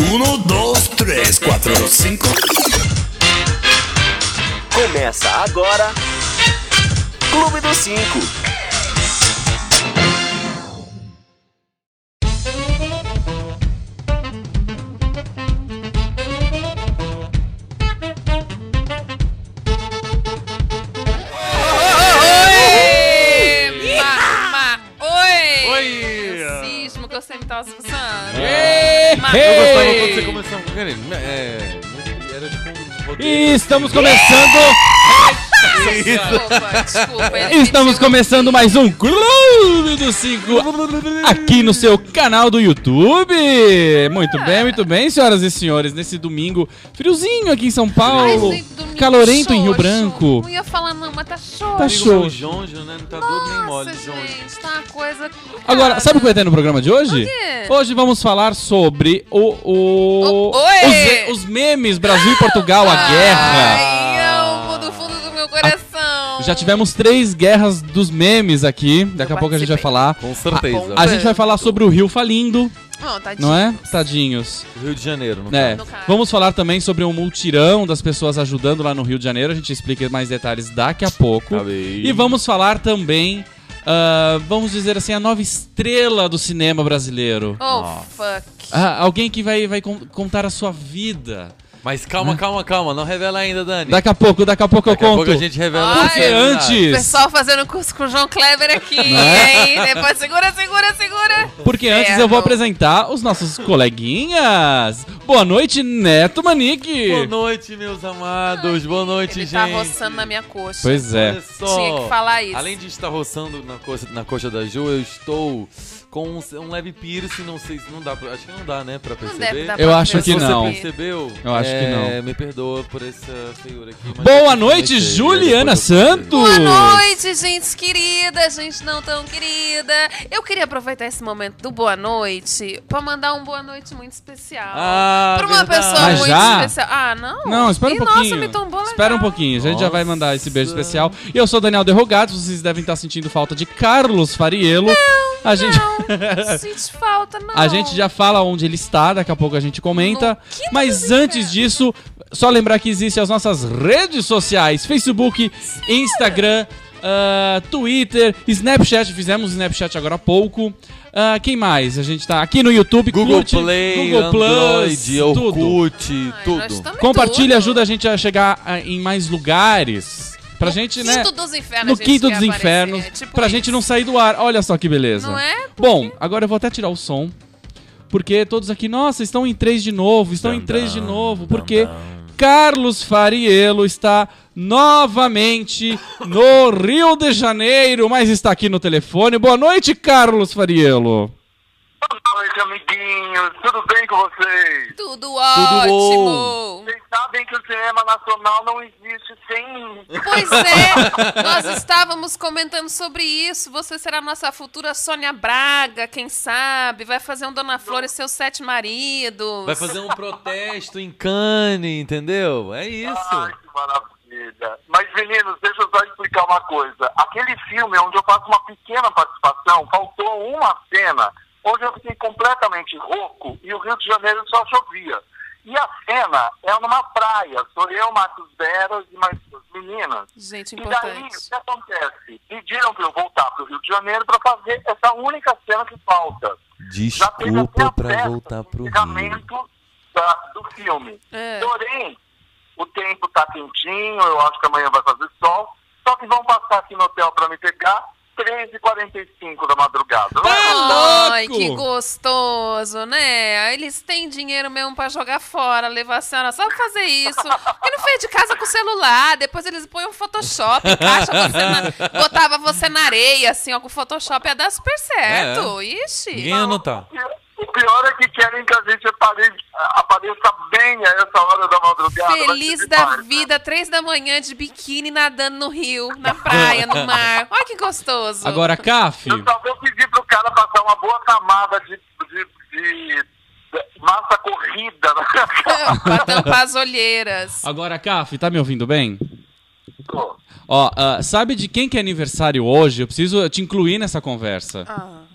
Um, dois, três, quatro, cinco. Começa agora. Clube dos Cinco. Oi! Ma, ma, oi! É Oi! O sismo que eu sempre tava usando. É. Ma- Eu Ei! gostava quando você começava com aquele. É. Era tipo um E roteiro. estamos começando, Desculpa, desculpa. ele estamos pediu- começando mais um Clube do 5 aqui no seu canal do YouTube. Muito bem, muito bem, senhoras e senhores, nesse domingo friozinho aqui em São Ai, Paulo. gente, domingo um Calorento em Rio xoxo. Branco. Não ia falar não, mas tá show. Tá Amigo show. meu, Jonjo, né? Não tá doido nem mole, Nossa, Jonjo. gente, tá uma coisa... Agora, sabe o que vai ter no programa de hoje? O quê? Hoje vamos falar sobre o, o, é? O- oi! os, e- os memes Brasil e Portugal, a é guerra. Ai, amo do fundo do meu coração. Já tivemos três guerras dos memes aqui. Daqui a pouco a gente vai participei. falar. Com certeza. A gente vai falar sobre o Rio falindo, Não, tadinho. não é? Tadinhos. Rio de Janeiro, não É. No caso. Vamos falar também sobre um multirão das pessoas ajudando lá no Rio de Janeiro. A gente explica mais detalhes daqui a pouco. Tá E vamos falar também, ah, vamos dizer assim, a nova estrela do cinema brasileiro. Oh, fuck. Ah, alguém que vai, vai con- contar a sua vida. Mas calma, calma, calma. Não revela ainda, Dani. Daqui a pouco, daqui a pouco Daqui eu a conto. pouco a gente revela. Ai, os Porque resultados. O antes, pessoal fazendo curso com o João Kleber aqui, é? hein? Depois segura, segura, segura. porque antes eu Inferno. vou apresentar os nossos coleguinhas. Boa noite, Neto Manique. Boa noite, meus amados. Boa noite, Ele gente. tá roçando na minha coxa. Pois Olha é. só. Tinha que falar isso. Além de estar roçando na coxa, na coxa da Ju, eu estou com um, um leve piercing, não sei se não dá pra, acho que não dá, né, pra perceber. deve dar Eu pra acho Mas que você perceber. não. percebeu? Eu acho que É, não. Me perdoa por essa feiura aqui. mas eu Boa te noite, conheci, né, Juliana depois eu Santos. Boa noite, gente querida, gente não tão querida. Eu queria aproveitar esse momento do boa noite pra mandar um boa noite muito especial. Ah, pra uma verdade. pessoa Mas muito já? especial. Ah, não? Não, espera um Ih, pouquinho. Nossa, me tombou legal. Espera um pouquinho, a gente já vai Nossa. mandar esse beijo especial. E eu sou o Daniel Derrogados, vocês devem estar sentindo falta de Carlos Fariello. a gente Não, sente falta, não. a gente já fala onde ele está, daqui a pouco a gente comenta. No- Oh, que Mas música? antes disso, só lembrar que existem as nossas redes sociais: Facebook, Instagram. ah, Twitter, Snapchat, fizemos Snapchat agora há pouco. Ah, quem mais? A gente tá aqui no YouTube, Google curte, Play, Google Android, Plus, tudo. Orkut, Ai, nós tudo. estamos em Compartilha, tudo. ajuda a gente a chegar ah, em mais lugares. Pra gente, quinto né? dos infernos. No a gente quinto quer dos aparecer, infernos. é tipo pra isso. gente não sair do ar. Olha só que beleza. Não é? Bom, agora eu vou até tirar o som. Porque todos aqui, nossa, estão em três de novo, estão em Dam, três de dam, novo. dam, Porque dam. Carlos Fariello está novamente no Rio de Janeiro, mas está aqui no telefone. Boa noite, Carlos Fariello. Boa noite, amiguinhos. Tudo bem com vocês? Tudo ótimo! Vocês sabem que o cinema nacional não existe sem mim. Pois é, nós estávamos comentando sobre isso. Você será a nossa futura Sônia Braga, quem sabe? Vai fazer um Dona Flor e seus sete maridos. Vai fazer um protesto em Cannes, entendeu? É Ai, isso. que maravilha. Mas, meninos, deixa eu só explicar uma coisa. Aquele filme onde eu faço uma pequena participação, faltou uma cena onde eu fiquei completamente rouco e o Rio de Janeiro só chovia. E a cena é numa praia. Sou eu, Marcos Veras e mais duas meninas. Gente, E daí, importante. o que acontece? Pediram para eu voltar para o Rio de Janeiro para fazer essa única cena que falta. Já teve até a Desculpa pra festa voltar de pro Rio. encerramento da- do filme. É. Porém, o tempo tá quentinho, eu acho que amanhã vai fazer sol. Só que vão passar aqui no hotel para me pegar 3h45 da madrugada. Não é? Tá Ai, louco! que gostoso, né? Eles têm dinheiro mesmo pra jogar fora, levar a senhora só pra fazer isso. Porque não fez de casa com o celular, depois eles põem um Photoshop, encaixa você na... botava você na areia, assim, ó, com o Photoshop, ia dar super certo. Ixi. É. Ninguém ia notar. E O pior é que querem que a gente apareça, apareça bem a essa hora da madrugada. vai ser Feliz da demais, né? vida, três da manhã de biquíni nadando no rio, na praia, no mar. Olha que gostoso. Agora, Caf. Então, Eu só vou pedir pro cara passar uma boa camada de, de, de massa corrida. né? pra tampar as olheiras. Agora, Caf, tá me ouvindo bem? Pô, Ó, ah, sabe de quem que é aniversário hoje? Eu preciso te incluir nessa conversa. Ah,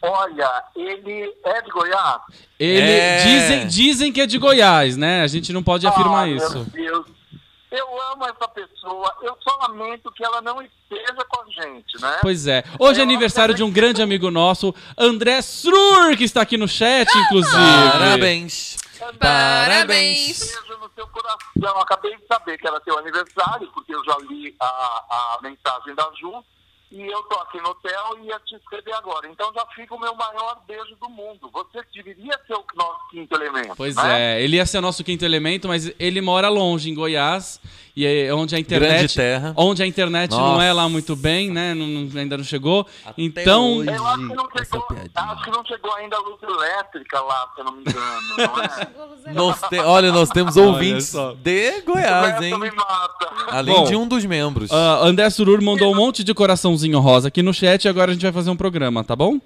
Olha, ele é de Goiás? Ele É. dizem, dizem que é de Goiás, né? A gente não pode Ah, afirmar meu isso. Deus. Eu amo essa pessoa, eu só lamento que ela não esteja com a gente, né? Pois é. Hoje é aniversário de um grande amigo nosso, André Srur, que está aqui no chat, inclusive. Parabéns. Parabéns. Beijo no seu coração. Acabei de saber que era seu aniversário, porque eu já li a, a mensagem da Ju. E eu tô aqui no hotel e ia te escrever agora. Então já fica o meu maior beijo do mundo. Você deveria ser o nosso quinto elemento. Pois né? é, ele ia ser nosso quinto elemento, mas ele mora longe, em Goiás, e é onde a Grande internet. terra. Onde a internet não Nossa. é lá muito bem, né? não- não- ainda não chegou. Até então. hoje. Eu acho que, não Essa chegou, piadinha. acho que não chegou ainda a luz elétrica lá, se eu não me engano. Não é? Nós te- Olha, nós temos ouvintes de Goiás, Ah, hein? Essa me mata. Além Bom, de um dos membros. ah, André Surur mandou um monte de coraçãozinho rosa aqui no chat e agora a gente vai fazer um programa, tá bom?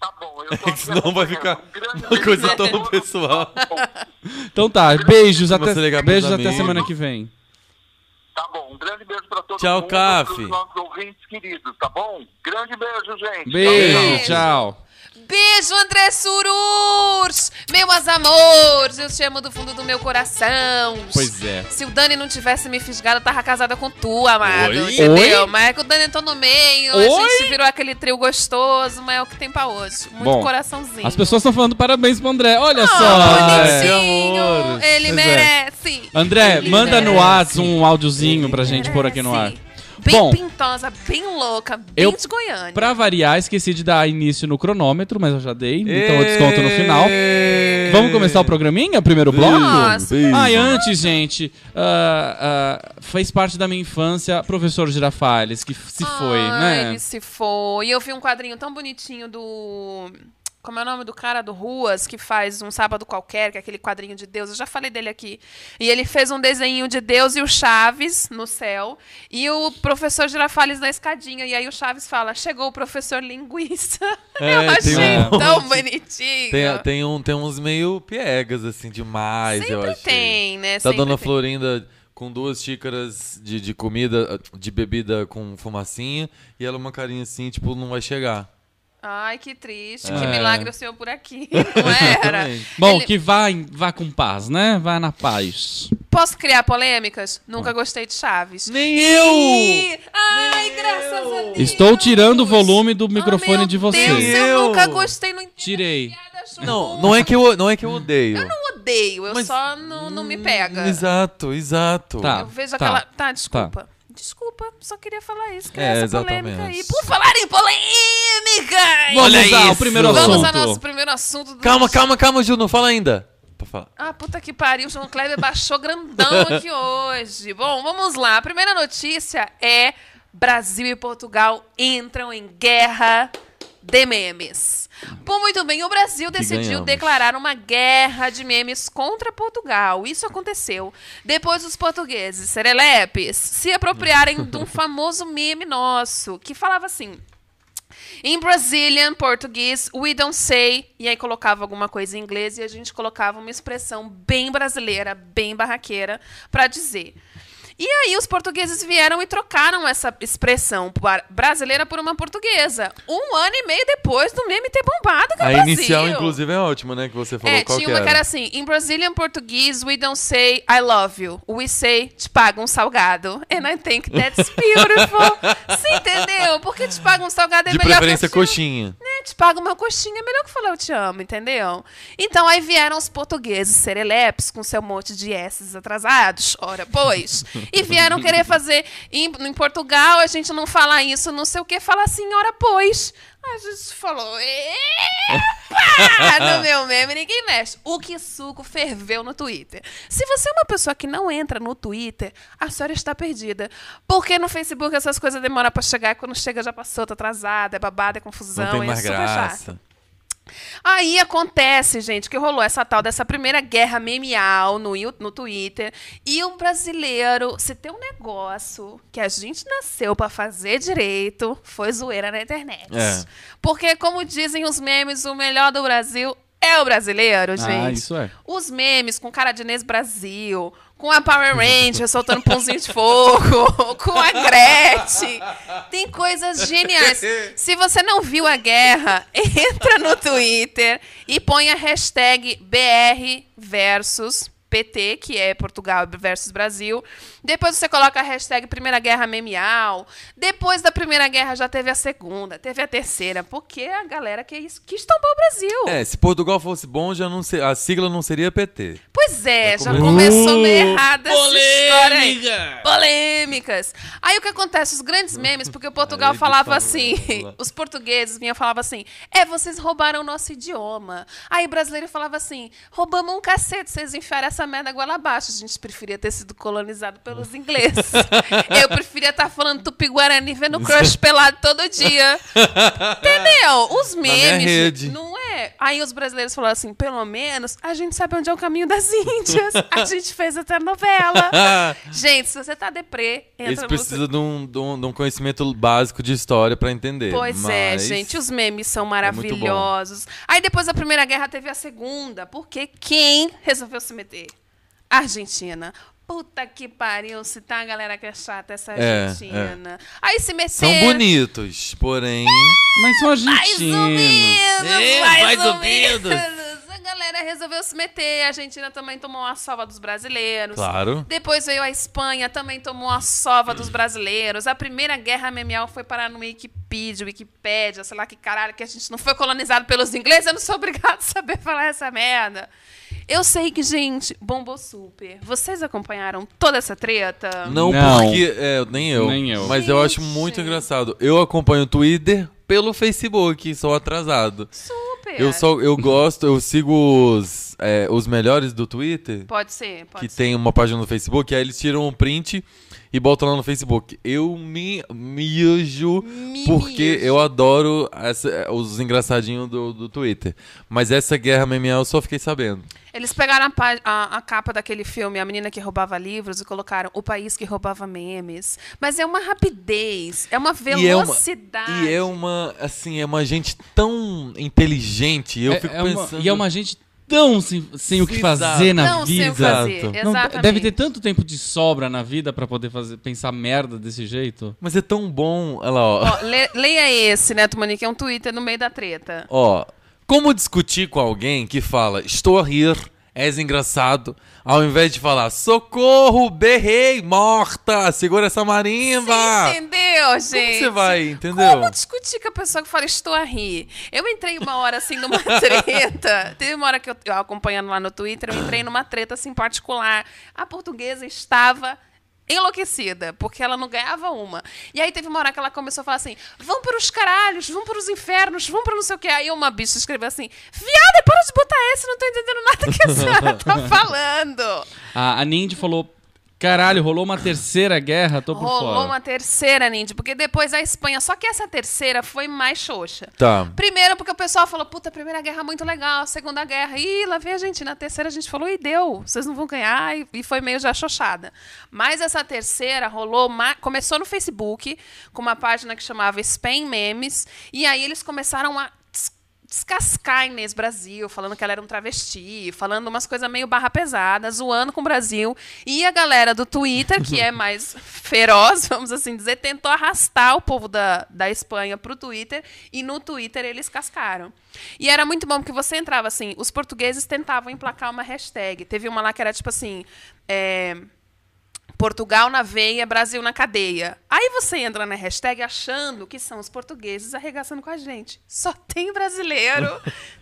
Tá bom, eu tô aqui É Senão vai acompanhando. ficar Um grande uma coisa beijo Tá a tão todos. pessoal. Então tá, beijos, até, Você ligar pros beijos até amigos. semana que vem. Tá bom, um grande beijo pra todo Tchau, mundo. Caf. Pros nossos ouvintes queridos, tá bom? Grande beijo, gente. Beijo, Beijo. tchau. Beijo, André Sururs! Meus amores, eu te amo do fundo do meu coração. Pois é. Se o Dani não tivesse me fisgado, eu tava casada com tu, amado. Oi? Entendeu? Oi? Mas é que o Dani entrou no meio, a Oi? gente virou aquele trio gostoso, mas é o que tem pra hoje. Muito Bom, coraçãozinho. As pessoas estão falando parabéns pro André. Olha Oh, só. É. bonitinho. bonitinho! amores. Ele Pois é. merece! André, Ele assim. manda no merece. WhatsApp um áudiozinho pra gente pôr aqui no ar. Merece. É, Bem Bom, pintosa, bem louca, bem eu- de Goiânia. Pra variar, esqueci de dar início no cronômetro, mas eu já dei, então eu desconto no final. Vamos começar o programinha, o primeiro bloco? Nossa. Ai, antes, gente, ah, ah, fez parte da minha infância professor Girafales, que se foi, Ai, né? Ah, Ele se foi. E eu vi um quadrinho tão bonitinho do. Como é o nome do cara do Ruas, que faz um sábado qualquer, que é aquele quadrinho de Deus. Eu já falei dele aqui. E ele fez um desenho de Deus e o Chaves no céu. E o professor Girafales na escadinha. E aí o Chaves fala: Chegou o professor linguiça. É, eu achei tem um- tão bonitinho. Tem, tem, um, tem uns meio piegas, assim, demais, eu Sempre acho. tem, né? Tá a Sempre dona tem. Florinda com duas xícaras de, de comida, de bebida com fumacinha, e ela uma carinha assim, tipo, não vai chegar. Ai, que triste. É. Que milagre o senhor por aqui. Não é, era? Exatamente. Bom, Ele- que vá, em- vá com paz, né? Vá na paz. Posso criar polêmicas? Nunca gostei de Chaves. Nem eu! Ih, Ai, graças a Deus! Estou tirando o volume do microfone de você. vocês. Deus, eu Eu. nunca gostei, não entendo Tirei. piadas Não, ruins. não é que eu, não Hum, é que eu odeio. Eu Eu odeio, eu só não, não me pega. Exato, exato. Tá. Eu vejo tá, aquela. Tá, desculpa. Desculpa, só queria falar isso, criar É, essa exatamente. polêmica aí. Por falar em polêmicas! Vamos Olha ao isso. primeiro Vamos ao assunto. nosso primeiro assunto. Do... Calma, calma, calma, Ju, não fala ainda. Pra falar. Ah, puta que pariu, o João Kleber baixou grandão aqui hoje. Bom, vamos lá. A primeira notícia é: Brasil e Portugal entram em guerra de memes. Bom, muito bem, o Brasil decidiu ganhamos. declarar uma guerra de memes contra Portugal. Isso aconteceu depois dos portugueses, serelepes, se apropriarem de um famoso meme nosso, que falava assim: em Brazilian, português, we don't say. E aí colocava alguma coisa em inglês e a gente colocava uma expressão bem brasileira, bem barraqueira, pra dizer. E aí os portugueses vieram e trocaram essa expressão par- brasileira por uma portuguesa. Um ano e meio depois do meme ter bombado, que é A o Brasil. inicial, inclusive, é ótima, né? Que você falou É, qual tinha que uma era. que era assim, em Brazilian português, we don't say I love you. We say te pago um salgado. And I think that's beautiful. Você entendeu? Porque te pago um salgado é De melhor preferência, que eu te- coxinha. né, te pago meu coxinha, é melhor que falar eu te amo, entendeu? Então aí vieram os portugueses serelepes com seu monte de S's atrasados, ora pois, e vieram querer fazer em, em Portugal a gente não falar isso, não sei o que, falar assim, ora pois. A gente falou, epa, no meu meme ninguém mexe. O que suco ferveu no Twitter. Se você é uma pessoa que não entra no Twitter, a senhora está perdida. Porque no Facebook essas coisas demoram pra chegar, e quando chega já passou, tá atrasada, é babada, é confusão Não tem mais é super chato. graça. Aí acontece, gente, que rolou essa tal dessa primeira guerra memeal no, Yu- no Twitter. E o brasileiro, se tem um negócio que a gente nasceu pra fazer direito, foi zoeira na internet. É. Porque, como dizem os memes, o melhor do Brasil é o brasileiro, gente. Ah, isso é. Os memes com cara de Inês Brasil, com a Power Ranger soltando pãozinho de fogo, com a Gretchen. Tem coisas geniais. Se você não viu a guerra, entra no Twitter e põe a hashtag BR versus PT, que é Portugal versus Brasil. Depois você coloca a hashtag Primeira Guerra Memial. Depois da Primeira Guerra já teve a segunda, teve a terceira. Porque a galera que é isso que estombou o Brasil. É, se Portugal fosse bom, já não se- a sigla não seria PT. Pois é, já como- começou meio Uh, errada essa história aí. polêmica! Polêmicas! Aí o que acontece? Os grandes memes, porque o Portugal Aí, né? falava por favor, assim, vamos lá. os portugueses vinham e falavam assim, é, vocês roubaram o nosso idioma. Aí o brasileiro falava assim, roubamos um cacete, vocês enfiaram essa merda goela abaixo. A gente preferia ter sido colonizado pelos ingleses. Eu preferia estar falando tupi-guarani, vendo crush pelado todo dia. Entendeu? Os minha memes. rede. Não é? Aí os brasileiros falaram assim: pelo menos a gente sabe onde é o caminho das Índias. A gente fez até novela. gente, se você tá deprê, entra Eles no- precisam de um, de um- de um conhecimento básico de história pra entender. Pois é, mas- é gente, os memes são muito bom. maravilhosos. Aí depois da Primeira Guerra teve a Segunda, porque quem resolveu se meter? Argentina. Puta que pariu, se tá a galera que é chata, essa É, Argentina. Aí se meter. São bonitos, porém. Mas são Mais ou argentinos. menos, É, mais, mais ou ou menos. menos. A galera resolveu se meter. A Argentina também tomou uma sova dos brasileiros. Claro. Depois veio a Espanha, também tomou uma sova dos brasileiros. A primeira guerra memorial foi parar no Wikipedia, Wikipédia, sei lá que caralho, que a gente não foi colonizado pelos ingleses, eu não sou obrigado a saber falar essa merda. Eu sei que, gente, bombou super. Vocês acompanharam toda essa treta? Não, Não. porque. é, nem eu. Nem eu. Mas eu acho Gente. muito engraçado. Eu acompanho o Twitter pelo Facebook, sou atrasado. Super. Eu só eu gosto, eu sigo os, é, os melhores do Twitter, Pode ser, pode que ser. tem uma página no Facebook, aí eles tiram um print e botam lá no Facebook. Eu me mijo Me porque mijo. eu adoro essa- os engraçadinhos do, do Twitter. Mas essa guerra MMA eu só fiquei sabendo. Eles pegaram a, pá- a- a capa daquele filme, A Menina que Roubava Livros, e colocaram O País que Roubava Memes. Mas é uma rapidez, é uma E é uma- velocidade. E é uma, assim, é uma gente tão inteligente. Eu É- fico é uma- pensando. e é uma gente tão sem, sem o que fazer na Não sei o que vida. fazer, Não, exatamente. deve ter tanto tempo de sobra na vida pra poder fazer, pensar merda desse jeito. Mas é tão bom. Olha lá, ó. Ó, le- leia esse, Neto Manique, é um Twitter no meio da treta. Ó, como discutir com alguém que fala estou a rir, és engraçado, ao invés de falar socorro, berrei, morta, segura essa marimba. Você entendeu, gente? você vai, entendeu? Como discutir com a pessoa que fala, estou a rir? Eu entrei uma hora, assim, numa treta. Teve uma hora que eu, eu acompanhando lá no Twitter, eu entrei numa treta, assim, particular. A portuguesa estava enlouquecida, porque ela não ganhava uma. E aí teve uma hora que ela começou a falar assim, vão para os caralhos, vão para os infernos, vão para não sei o que. Aí uma bicha escreveu assim, viada, para de botar esse, não tô entendendo nada que a senhora tá falando. A, a Nindy falou: caralho, rolou uma terceira guerra, tô por Rolou fora. uma terceira, Nindy, porque depois a Espanha. Só que essa terceira foi mais xoxa. Tá. Primeiro, porque o pessoal falou, puta, a primeira guerra é muito legal, a segunda guerra, ih, lá vem a Argentina. A terceira a gente falou, e deu, vocês não vão ganhar, e, e foi meio já xoxada. Mas essa terceira rolou, ma- começou no Facebook, com uma página que chamava Spain Memes, e aí eles começaram a des- descascar a Inês Brasil, falando que ela era um travesti, falando umas coisas meio barra pesada, zoando com o Brasil. E a galera do Twitter, que é mais feroz, vamos assim dizer, tentou arrastar o povo da, da Espanha pro Twitter e no Twitter eles cascaram. E era muito bom porque você entrava assim, os portugueses tentavam emplacar uma hashtag. Teve uma lá que era tipo assim, é, Portugal na veia, Brasil na cadeia. Aí você entra na hashtag achando que são os portugueses arregaçando com a gente. Só tem brasileiro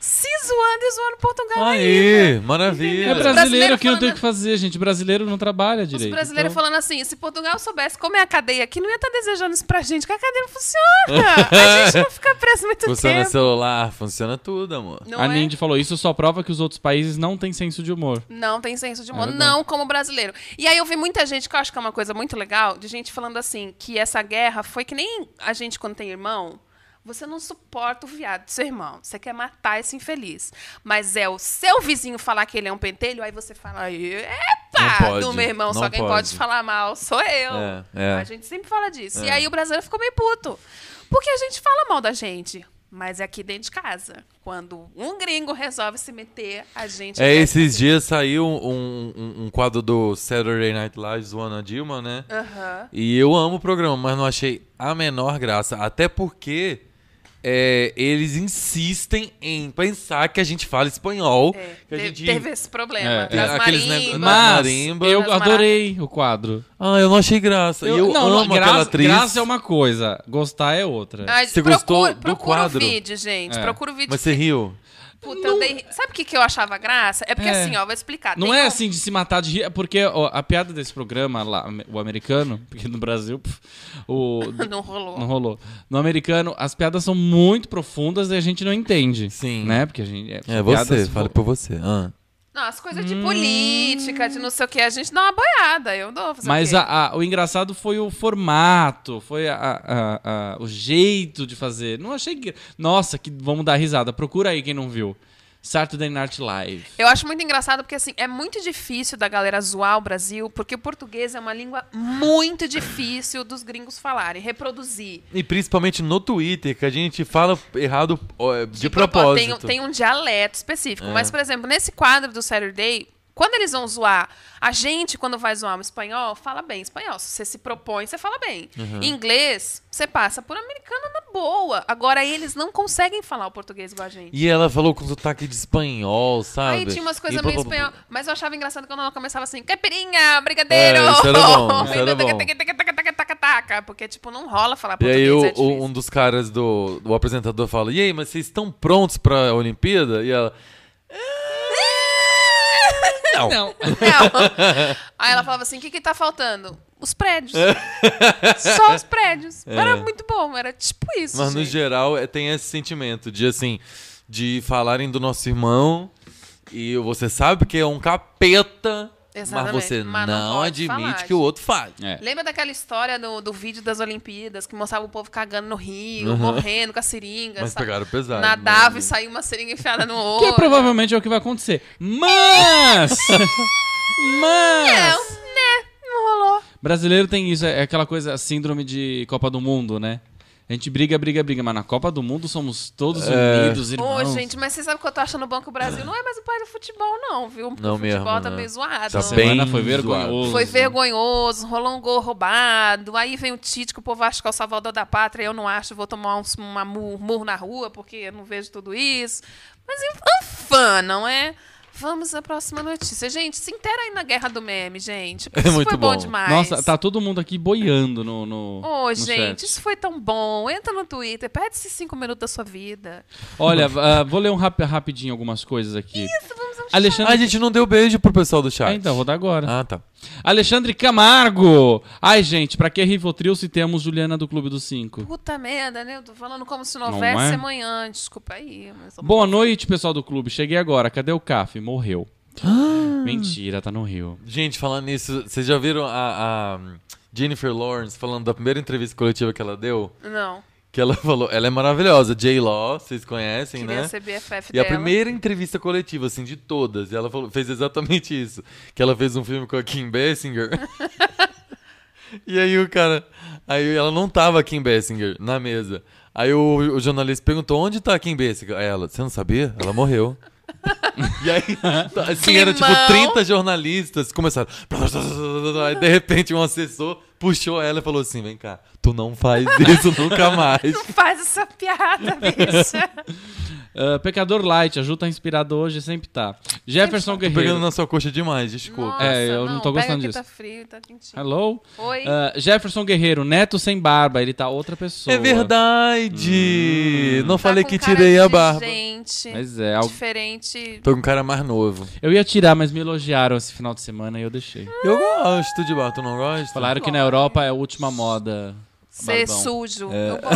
se zoando e zoando Portugal ainda. Aí, É maravilha. brasileiro Brasileiro que não tem o falando- que fazer, gente. Brasileiro não trabalha Os direito. brasileiros então- falando assim, se Portugal soubesse como é a cadeia aqui, não ia estar desejando isso pra gente, que a cadeia não funciona. A gente não fica preso muito Funciona tempo. celular, funciona tudo, amor. Não então. a é? Nindy falou: isso só prova que os outros países não têm senso de humor. Não tem senso de humor. É verdade. não como brasileiro. E aí eu vi muita gente, que eu acho que é uma coisa muito legal, de gente falando assim, que essa guerra foi que nem a gente quando tem irmão. Você não suporta o viado do seu irmão. Você quer matar esse infeliz. Mas é o seu vizinho falar que ele é um pentelho, aí você fala, Não epa, pode, do meu irmão, só não quem pode pode. falar mal sou eu. É, é. A gente sempre fala disso. E aí o brasileiro ficou meio puto. Porque a gente fala mal da gente. Mas é aqui dentro de casa. Quando um gringo resolve se meter, a gente. É, quer- esses dias saiu um, um, um quadro do Saturday Night Live zoando a Dilma, né? Aham. E eu amo o programa, mas não achei a menor graça. Até porque é, eles insistem em pensar que a gente fala espanhol. É, que a te- gente... Teve esse problema. É, é, das aqueles marimbas. negócios- Mas Marimba. eu Nas mara- adorei o quadro. Ah, eu não achei graça. E eu amo aquela graça, atriz. graça é uma coisa, gostar é outra. Ai, Você procura, gostou do procura quadro? o vídeo, gente. É. Procura o vídeo. Mas você riu. Puta, eu dei- Sabe o que, que eu achava graça? É porque É. assim, ó, vou explicar. Não Tem é um- assim de se matar de rir, é porque ó, a piada desse programa lá, o americano, porque no Brasil pff, o Não rolou. não rolou. No americano, as piadas são muito profundas e a gente não entende. Sim. Né? Porque a gente. É são você, piadas- fale por você. Ah. Não, as coisas Hum. de política, de não sei o que, a gente dá uma boiada. Eu dou. fazer o Mas quê? a- a- o engraçado foi o formato, foi a- a- a- o jeito de fazer. Não achei. que- Nossa, que vamos dar risada. Procura aí quem não viu. Saturday Night Live. Eu acho muito engraçado porque, assim, é muito difícil da galera zoar o Brasil, porque o português é uma língua muito difícil dos gringos falarem, reproduzir. E principalmente no Twitter, que a gente fala errado ó, é, de, propó- propósito. Tem, tem um dialeto específico. É. Mas, por exemplo, nesse quadro do Saturday, quando eles vão zoar, a gente, quando vai zoar um espanhol, fala bem espanhol. Se você se propõe, você fala bem. Uhum. Em Inglês, você passa por americano na boa. Agora, eles não conseguem falar o português igual a gente. E ela falou com sotaque de espanhol, sabe? Aí tinha umas E coisas blá, meio blá, blá. espanhol. Mas eu achava engraçado quando ela começava assim, caipirinha, brigadeiro. É, isso era bom, isso era bom. Taca, taca, taca, taca, taca, taca. Porque, tipo, não rola falar E português, aí o- é difícil. o- um dos caras do, do apresentador fala: E aí, mas vocês estão prontos pra Olimpíada? E ela. Não. Não. Aí ela falava assim, o que que tá faltando? Os prédios. Só os prédios. Era muito bom, era tipo isso, É. Mas no gente. geral é, tem esse sentimento de assim, de falarem do nosso irmão e você sabe que é um capeta, Exatamente, mas você mas não não, pode admite falar, que o outro fale. É. Lembra daquela história do, do vídeo das Olimpíadas que mostrava o povo cagando no rio, morrendo com a seringa, Uhum. Mas sabe? pegaram pesado. Nadava né? e saiu uma seringa enfiada no Que olho. provavelmente é o que vai acontecer. Mas! é mas! Não, né? Não rolou. Brasileiro tem isso, é aquela coisa, a síndrome de Copa do Mundo, né? A gente briga, briga, briga, mas na Copa do Mundo somos todos É. unidos, Ô, irmãos. gente, mas você sabe o que eu tô achando bom que o Brasil não é mais o pai do futebol, não, viu? Porque Não o futebol mesmo, tá né? meio zoado. Tá né? Essa semana bem foi zoado. vergonhoso. Foi vergonhoso, rolou um gol roubado. Aí vem o Tite, que o povo acha que é o salvador da pátria. Eu não acho, vou tomar um, uma mur- murro na rua, porque eu não vejo tudo isso. Mas é um fã, não é? Vamos à próxima notícia. Gente, se intera aí na guerra do meme, gente. É porque isso muito foi bom, bom. demais. Nossa, tá todo mundo aqui boiando no. no Ô, no gente, chat. isso foi tão bom. Entra no Twitter, perde esses cinco minutos da sua vida. Olha, ah, vou ler um rap- rapidinho algumas coisas aqui. Isso, Então, vamos um ao Ah, Alexandre. a gente não deu beijo pro pessoal do chat. Ah, então, vou dar agora. Ah, tá. Alexandre Camargo! Ai, gente, pra que Rivotril se temos Juliana do Clube dos Cinco? Puta merda, né? Eu tô falando como se não Não houvesse é? amanhã. Desculpa aí. Mas... Boa noite, pessoal do clube. Cheguei agora. Cadê o CAF? Morreu. Ah. Mentira, tá no Rio. Gente, falando nisso, vocês já viram a, a Jennifer Lawrence falando da primeira entrevista coletiva que ela deu? Não, Que ela falou, ela é maravilhosa, J. Law, vocês conhecem, queria né? ser BFF E a dela. primeira entrevista coletiva, assim, de todas, e ela falou- fez exatamente isso. Que ela fez um filme com a Kim Basinger. e aí o cara. Aí ela não tava a Kim Basinger na mesa. Aí o, o jornalista perguntou: onde tá a Kim Basinger? Aí ela, você não sabia? Ela morreu. e aí, tá, assim, era tipo Climão. 30 jornalistas começaram. Aí de repente um assessor puxou ela e falou assim: vem cá, tu não faz isso nunca mais. Não faz essa piada, bicha. Ah, Pecador Light, a Ju tá inspirado hoje, sempre tá. Jefferson Pegando Guerreiro. na sua coxa demais, desculpa. Nossa, É, eu não tô pega gostando que disso. Tá frio, tá quentinho. Hello? Oi. Ah, Jefferson Guerreiro, neto sem barba, ele tá outra pessoa. É verdade! Hum. Não Tá falei com que cara tirei a de barba. Gente, Mas é, algo- diferente. Tô com um cara mais novo. Eu ia tirar, mas me elogiaram esse final de semana e eu deixei. Eu gosto de barba, tu não gosta? Falaram que na Europa é a última moda. Ser barbão. É. sujo. Eu gosto.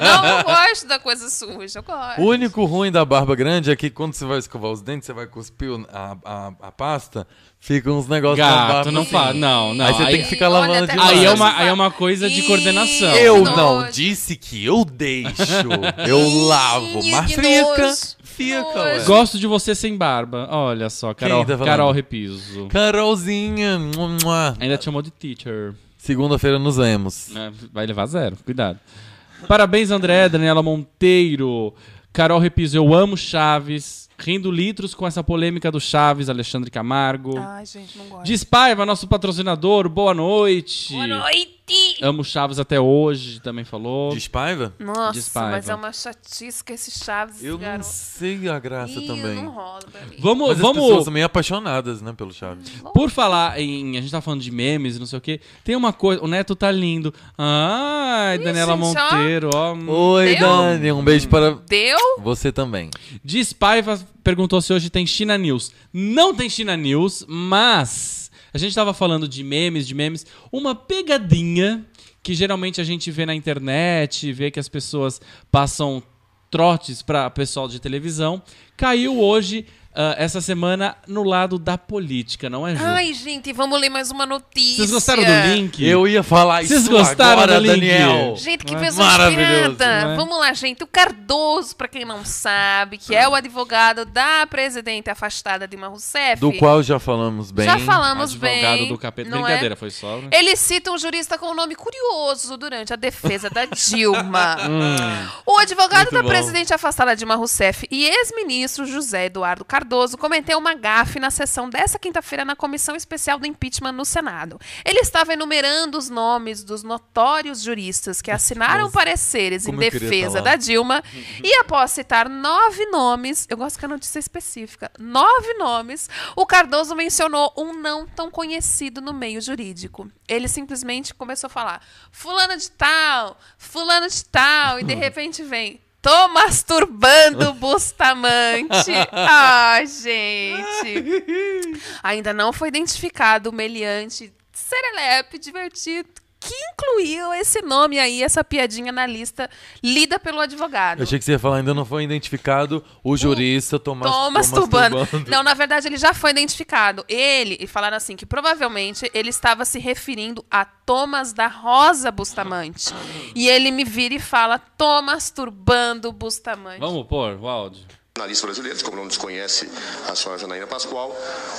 Não, eu gosto da coisa suja. Eu gosto. O único ruim da barba grande é que quando você vai escovar os dentes, você vai cuspir o- a, a, a pasta, fica uns negócios na barba. Gato, não assim. fala. Não, não. Aí você tem Aí, que ficar Olha, lavando até de agora aí é eu uma, não aí é uma falo. coisa de Ih, coordenação. que Eu nojo. não disse que eu deixo. Eu lavo. que Mas nojo. fica. Fica, nojo. ué. Gosto de você sem barba. Olha só, Carol, tá falando? Carol Repiso. Carolzinha. mua, mua. É. Ainda te chamou de teacher. Segunda-feira nos vemos. né? Vai levar É, zero, cuidado. Parabéns, André, Daniela Monteiro. Carol Repiso, eu amo Chaves. Rindo litros com essa polêmica do Chaves, Alexandre Camargo. Ai, gente, não gosto. Diz Paiva, nosso patrocinador, boa noite. Boa noite! Amo Chaves até hoje, também falou. Despaiva? Nossa, Diz Paiva. mas é uma chatice que esse Chaves, Eu esse não garoto. sei a graça Ih, também. não rola pra mim. Vamos, Mas as vamos. pessoas meio apaixonadas, né, pelo Chaves. Por falar em. A gente tá falando de memes e não sei o quê. Tem uma coisa. O Neto tá lindo. Ai, Daniela gente, ó. Monteiro, ó. Hum, Oi, Deu? Dani. Um beijo para Deu? você também. Diz Paiva perguntou se hoje tem China News. Não tem China News, mas a gente tava falando de memes, de memes. Uma pegadinha que geralmente a gente vê na internet, vê que as pessoas passam trotes para pessoal de televisão, caiu hoje, ah, essa semana, no lado da política, não é justo? Ai, gente, vamos ler mais uma notícia. Vocês gostaram do link? Eu ia falar isso Vocês gostaram agora, do link? Daniel. Gente, que Não é pessoa maravilhoso, né? inspirada. não é? Vamos lá, gente. O Cardoso, pra quem não sabe, que é o advogado da presidente afastada Dilma Rousseff. Do qual já falamos bem. já falamos Advogado bem. do capeta. não é? Brincadeira, foi só. né? Ele cita um jurista com um nome curioso durante a defesa da Dilma. o advogado Hum. muito da bom. presidente afastada Dilma Rousseff e ex-ministro José Eduardo Cardoso cometeu uma gafe na sessão dessa quinta-feira na comissão especial do impeachment no Senado. Ele estava enumerando os nomes dos notórios juristas que assinaram pareceres em como eu queria defesa tá lá. da Dilma e após citar nove nomes, eu gosto que a notícia é específica, nove nomes, o Cardoso mencionou um não tão conhecido no meio jurídico. Ele simplesmente começou a falar, fulano de tal, fulano de tal, e de repente vem... Tô masturbando Bustamante. Ai, gente. Ainda não foi identificado o meliante serelepe divertido que incluiu esse nome aí, essa piadinha na lista lida pelo advogado. Eu achei que você ia falar, ainda não foi identificado o jurista Tomás, Thomas Thomas Turbano. Turbano. Não, na verdade, ele já foi identificado. Ele, e falaram assim, que provavelmente ele estava se referindo a Thomas da Rosa Bustamante. E ele me vira e fala, Thomas Turbando Bustamante. Vamos pôr o áudio. jornalistas brasileiros, como não desconhece a senhora Janaína Pascoal,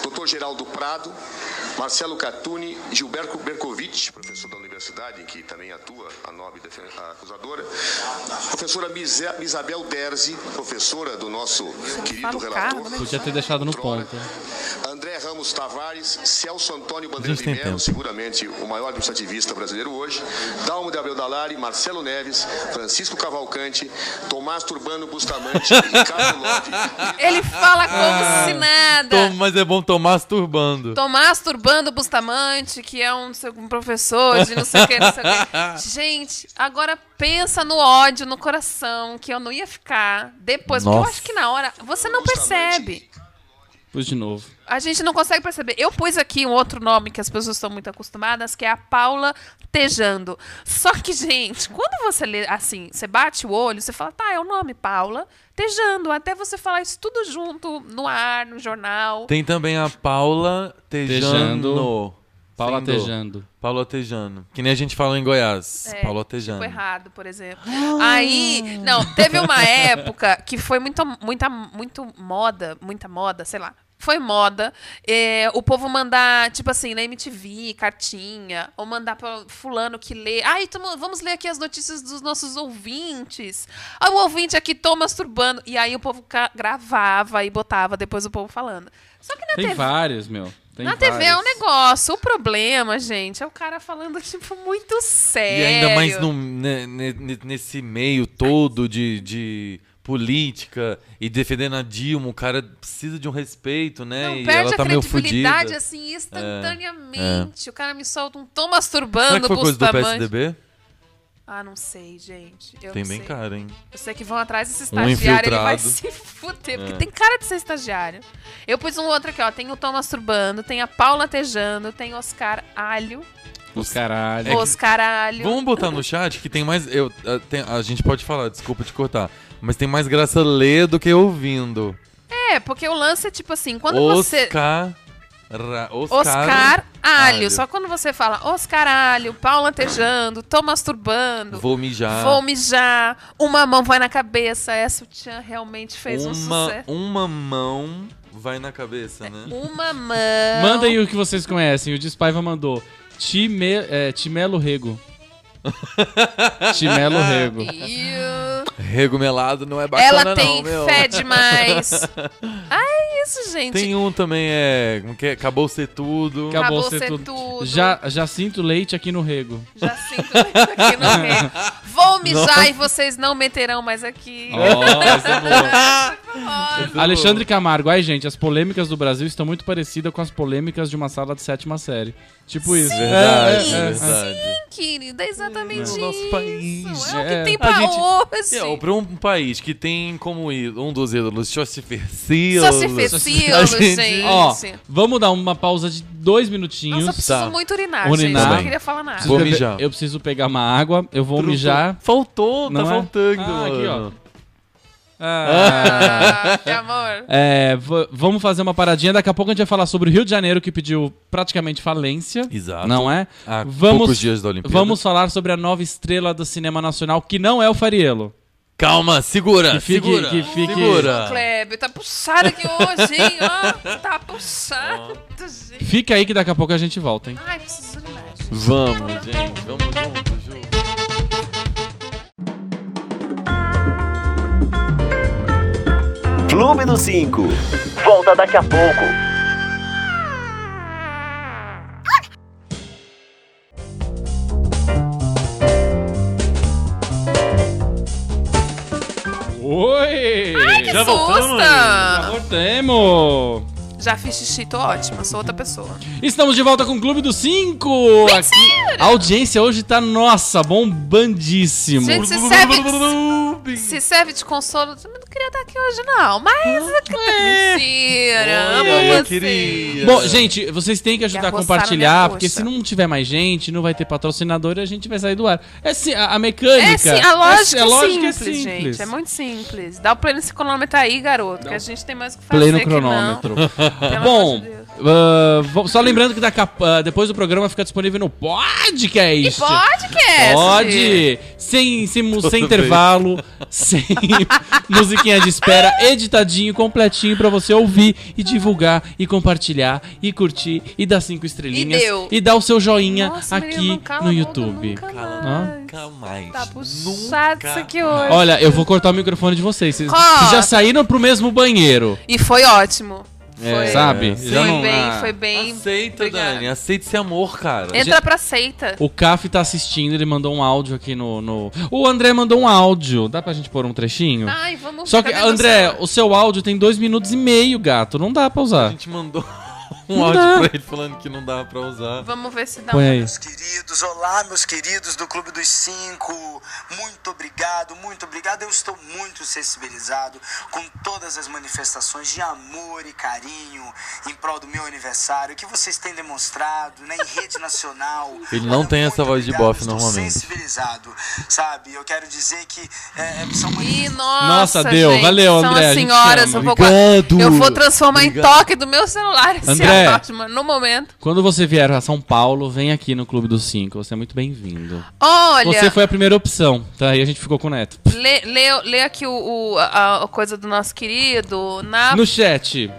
doutor Geraldo Prado, Marcelo Catuni, Gilberto Bercovitch, professor da universidade, em que também atua a nobre defen- a acusadora, professora Mise- Isabel Derzi, professora do nosso querido Fala o relator, cargo, né? Podia ter deixado no Outrora, ponto. André Ramos Tavares, Celso Antônio A Bandeira gente de tem Mello, tempo. seguramente o maior administrativista brasileiro hoje, Dalmo de Abel Dalari, Marcelo Neves, Francisco Cavalcante, Tomás Turbano Bustamante e Ricardo Lopes. Ele fala como Ah, se nada. Tom- mas é bom Tomás Turbando. Tomás Turbando Bustamante, que é um, não sei, um professor de não sei o que, não sei o que. Gente, agora pensa no ódio no coração, que eu não ia ficar depois. Porque eu Nossa. acho que na hora você não percebe. Pus de novo. A gente não consegue perceber. Eu pus aqui um outro nome que as pessoas estão muito acostumadas, que é a Paula Tejando. Só que, gente, quando você lê assim, você bate o olho, você fala, tá, é o nome, Paula Tejando. Até você falar isso tudo junto no ar, no jornal. Tem também a Paula Tejano. Tejano. Paula Sem dor. Tejando. Paula Tejano. Que nem a gente fala em Goiás. É, Paula Tejano. Tipo errado, por exemplo. Aí, não, teve uma época que foi muita, muita, muito moda, muita moda, sei lá. Foi moda é, o povo mandar, tipo assim, na MTV, cartinha, ou mandar pra fulano que lê. Ai, tamo- vamos ler aqui as notícias dos nossos ouvintes. Ah, o ouvinte aqui tô masturbando. E aí o povo ca- gravava e botava depois o povo falando. Só que na Tem TV vários, meu. Tem na TV é um vários. negócio. O problema, gente, é o cara falando, tipo, muito sério. E ainda mais no- ne- ne- ne- nesse meio todo de, de política e defendendo a Dilma, o cara precisa de um respeito, né? Não e perde ela tá a meio credibilidade, fodida. É, assim, instantaneamente. O cara me solta um tom masturbando, Será é que foi coisa do Bustamante. PSDB? Ah, não sei, gente. Eu Tem não bem sei. cara, hein? Eu sei que vão atrás desse estagiário, ele vai infiltrado. É. se fuder, porque tem cara de ser estagiário. Eu pus um outro aqui, ó. Tem o Tom masturbando, tem a Paula Tejando, tem Oscar Alho. Os É caralho. Oscar Alho. É Vamos botar no chat que tem mais. Eu, a, tem- a gente pode falar, desculpa te cortar. Mas tem mais graça ler do que ouvindo. É, porque o lance é tipo assim, quando você. Oscar. ra- Oscar Alho. Alho. Só quando você fala Oscar Alho, Paula Tejando, tô masturbando, vou, Vou mijar. mijar, uma mão vai na cabeça. Essa o Tchan realmente fez um uma, sucesso. uma mão vai na cabeça, né? Uma mão. Mandem o que vocês conhecem. O Despaiva mandou. Time, é, Timelo Rego. Chimelo Rego. Iu. Rego melado não é bacana, Ela tem não, meu. fé demais. Ai, isso, gente. Tem um também, é. Como que é? Acabou ser tudo. Acabou Acabou ser ser tudo. tudo. Já, já sinto leite aqui no Rego. Já sinto isso aqui no meio. Vou mijar e vocês não meterão mais aqui. Nossa, é boa. Olha, Alexandre Camargo, ai gente, as polêmicas do Brasil estão muito parecidas com as polêmicas de uma sala de sétima série. Tipo isso. Verdade, É, é, é. verdade. querida, é exatamente No isso. nosso país. É o que é. tem A pra gente- hoje. É, pra um país que tem como í- um dos ídolos Chossifercilos. Só se fecilo, A gente. gente- Ó, Nossa, vamos dar uma pausa de dois minutinhos. eu preciso tá. muito urinar, Urinar. gente. Eu não Também. queria falar nada. Vou Eu preciso mijar. beber- Eu preciso pegar uma água, eu vou mijar. Faltou, Não tá é? faltando. Ah, aqui, ó. mano. Ah. Ah, que amor. É, v- vamos fazer uma paradinha. Daqui a pouco a gente vai falar sobre o Rio de Janeiro, que pediu praticamente falência. Exato. Não é? Há poucos dias da Olimpíada. Vamos falar sobre a nova estrela do cinema nacional, que não é o Fariello. Calma, segura. Que fique- segura. que fique- Segura. Kleber, tá puxado aqui hoje, hein? Ó, tá puxado, gente. Fica aí que daqui a pouco a gente volta, hein? Ai, preciso urinar, gente. Vamos, gente. Vamos juntos, juntos. Clube do 5. Volta daqui a pouco. Oi! Que Já voltamos? susta! Voltemos! Já fiz xixi, tô ótima, sou outra pessoa. Estamos de volta com o Clube dos 5! A audiência hoje tá, nossa, bombandíssimo. Gente, se serve, se serve de consolo, eu não queria estar aqui hoje, não. Mas mentira, amo Olha, eu você. queria. Bom, gente, vocês têm que ajudar a Quer roçar na compartilhar, minha porque se coxa. não tiver mais gente, não vai ter patrocinador e a gente vai sair do ar. É sim, a, a mecânica. É, sim, a lógica, é, é, a lógica simples, é simples. gente. É muito simples. Dá o play nesse cronômetro aí, garoto, que a gente tem mais o que fazer. Play no que não. cronômetro. Pelo Bom, amor de Deus. ah, vou- só lembrando que daqui a- ah, depois do programa fica disponível no podcast. é E podcast! Pode! Sem, sem, mu- sem bem. intervalo, sem musiquinha de espera, editadinho, completinho pra você ouvir e divulgar e compartilhar e curtir e dar cinco estrelinhas deu. dar o seu joinha Nossa, menino, aqui não cala no a boca YouTube. nunca mais. Nunca mais. Tá puxado isso aqui hoje. Olha, eu vou cortar o microfone de vocês. Vocês Corta. vocês já saíram pro mesmo banheiro, E foi ótimo. Foi. é, sabe? Foi Já não- bem, ah. foi bem. Aceita, Obrigada. Dani. Aceita esse amor, cara. Entra pra seita. O Caf tá assistindo, ele mandou um áudio aqui no, no- O André mandou um áudio. Dá pra gente pôr um trechinho? Ai, vamos Só que, cadê meu André, celular? o seu áudio tem dois minutos e meio, gato. Não dá pra A usar. gente mandou um Não áudio dá. pra ele falando que não dava pra usar. Vamos ver se dá Põe um. aí. meus queridos, olá meus queridos do Clube dos Cinco, muito obrigado, muito obrigado, eu estou muito sensibilizado com todas as manifestações de amor e carinho em prol do meu aniversário, que vocês têm demonstrado né, em rede nacional. Ele não tem muito essa voz de obrigado, bofe estou normalmente. sensibilizado, sabe, eu quero dizer que é, é, são manifestações... Ih, nossa, Nossa, deu. gente, Valeu, são André, as a gente senhoras, ama. eu vou, guar- Obrigado. eu vou transformar em Obrigado. toque do meu celular esse André. Batman, no momento. Quando você vier a São Paulo, vem aqui no Clube dos Cinco. Você é muito bem-vindo. Olha, Você foi a primeira opção, tá? E a gente ficou com o Neto. lê, lê- lê aqui o, o- a, a coisa do nosso querido. Na... No chat,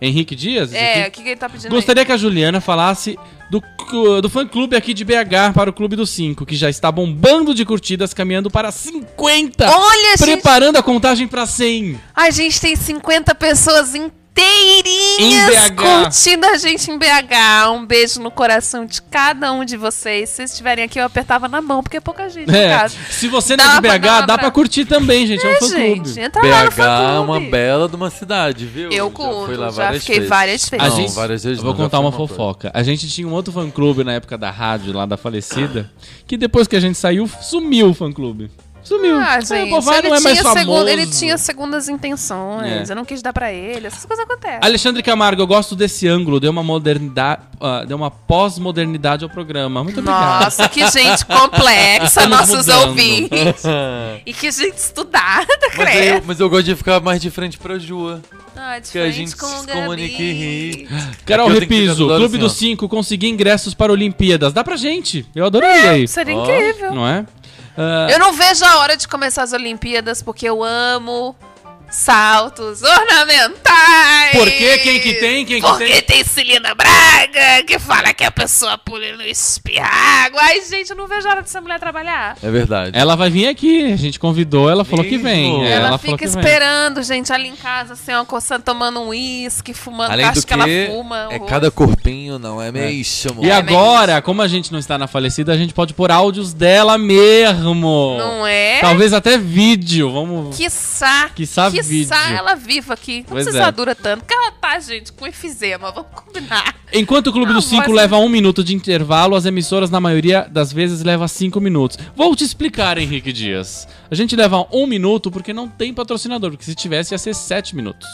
Henrique Dias? Ah. É, o aqui, que, que ele tá pedindo? aí? Gostaria que a Juliana falasse do, clu- do fã-clube aqui de BH para o Clube dos Cinco, que já está bombando de curtidas, caminhando para 50! Olha, gente. preparando a contagem para 100! A gente tem 50 pessoas inteirinhas Em BH. curtindo a gente em BH. Um beijo no coração de cada um de vocês. Se vocês estiverem aqui, eu apertava na mão, porque é pouca gente no É, caso. se você não Dá é de pra- BH, dá dá pra- pra curtir também, gente. É, um É, fã-clube. gente, entra lá no BH é fã-clube. uma bela de uma cidade, viu? Eu curto, curto, já, fiquei várias vezes. A Não, gente- várias vezes eu vou não, já contar foi uma uma coisa. fofoca. A gente tinha um outro fã-clube na época da rádio, lá da falecida, que depois que a gente saiu, sumiu o fã-clube. Sumiu. Ah, É, gente, pô, vai, ele, não é mais tinha segun- famoso. ele tinha segundas intenções. É. Eu não quis dar pra ele. Essas coisas acontecem. Alexandre Camargo, eu gosto desse ângulo, deu uma modernidade, ah, deu uma pós-modernidade ao programa. Muito obrigado. Nossa, que gente complexa, Estamos nossos mudando. ouvintes. E que gente estudada, Mas eu, credo. mas eu gosto de ficar mais de frente pra Jua. Ah, de que a frente gente com o se comunica e ri. Gabi. Carol Aqui eu tenho É que Repiso, ficar do lado Clube assim, dos ó. 5, consegui ingressos para Olimpíadas. Dá pra gente. Eu É, adoraria isso. Seria Ó. incrível. Não é? Ah, Eu não vejo a hora de começar as Olimpíadas, porque eu amo saltos ornamentais. Porque quem que tem, quem que Porque tem Celina Braga, que fala que a pessoa pula e não espirra água. Ai, gente, eu não vejo a hora dessa mulher trabalhar. É verdade. Ela vai vir aqui, a gente convidou, ela falou que vem. Mesmo? é, Ela falou fica que vem. esperando, gente, ali em casa, assim, ó, coçando, tomando um uísque, fumando. Além acho do que, que, ela fuma. um é o- cada corpinho, não é mesmo? E É agora, como a gente não está na falecida, a gente pode pôr áudios dela mesmo. Não é? Talvez até vídeo. Vamos. Quiçá, Quiçá vídeo. ela viva aqui. Não Pois precisa é. dura tanto. Porque ela tá, gente, com efizema. Vamos combinar. Enquanto o Clube Ah, dos Cinco mas- leva um minuto de intervalo, as emissoras, na maioria das vezes, leva cinco minutos. Vou te explicar, Henrique Dias. A gente leva um minuto porque não tem patrocinador, porque se tivesse ia ser sete minutos.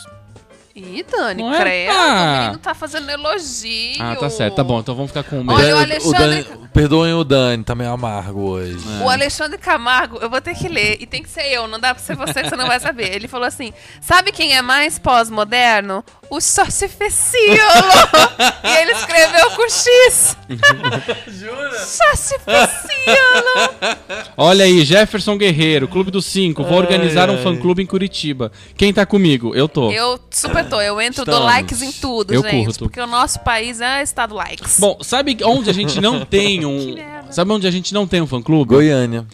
Ih, Dani, Não é? credo. Ah. O menino tá fazendo elogio. Ah, tá certo, tá bom. Então vamos ficar com um O minuto. Olha, o Dan- o Alexandre- Dan- perdoem o Dani, tá meio amargo hoje. É. O Alexandre Camargo, eu vou ter que ler, e tem que ser eu, não dá pra ser você que você não vai saber. Ele falou assim: sabe quem é mais pós-moderno? O Sorcifecíolo! e ele escreveu com X! Jura? Sorcifecíolo! Olha aí, Jefferson Guerreiro, Clube dos Cinco. Vou organizar um fã-clube em Curitiba. Quem tá comigo? Eu tô. Eu super tô, eu entro, dou Estamos. likes em tudo, Eu gente. curto. Porque o nosso país é estado likes. Bom, sabe onde a gente não tem um. Que merda. Sabe onde a gente não tem um fã-clube? Goiânia.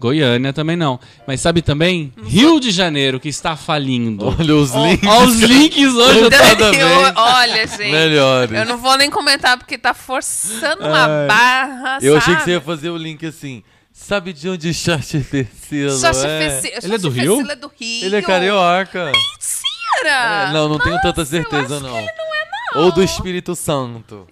Goiânia também não. Mas sabe também? Rio de Janeiro, que está falindo. Olha os links. Olha os links hoje, tá eu Né, tô- Dani, também. eu- olha, gente. Melhores. Eu não vou nem comentar porque tá forçando uma barra. Eu achei que você sabe? ia fazer o link assim. Sabe de onde Charles Terceiro é? Sorcifecíolo. Ele é do Rio? Ele é do Rio. Ele é carioca. Mentira! É, não, não tenho tanta eu certeza, acho não. que ele não é, não. Ou do Espírito Santo.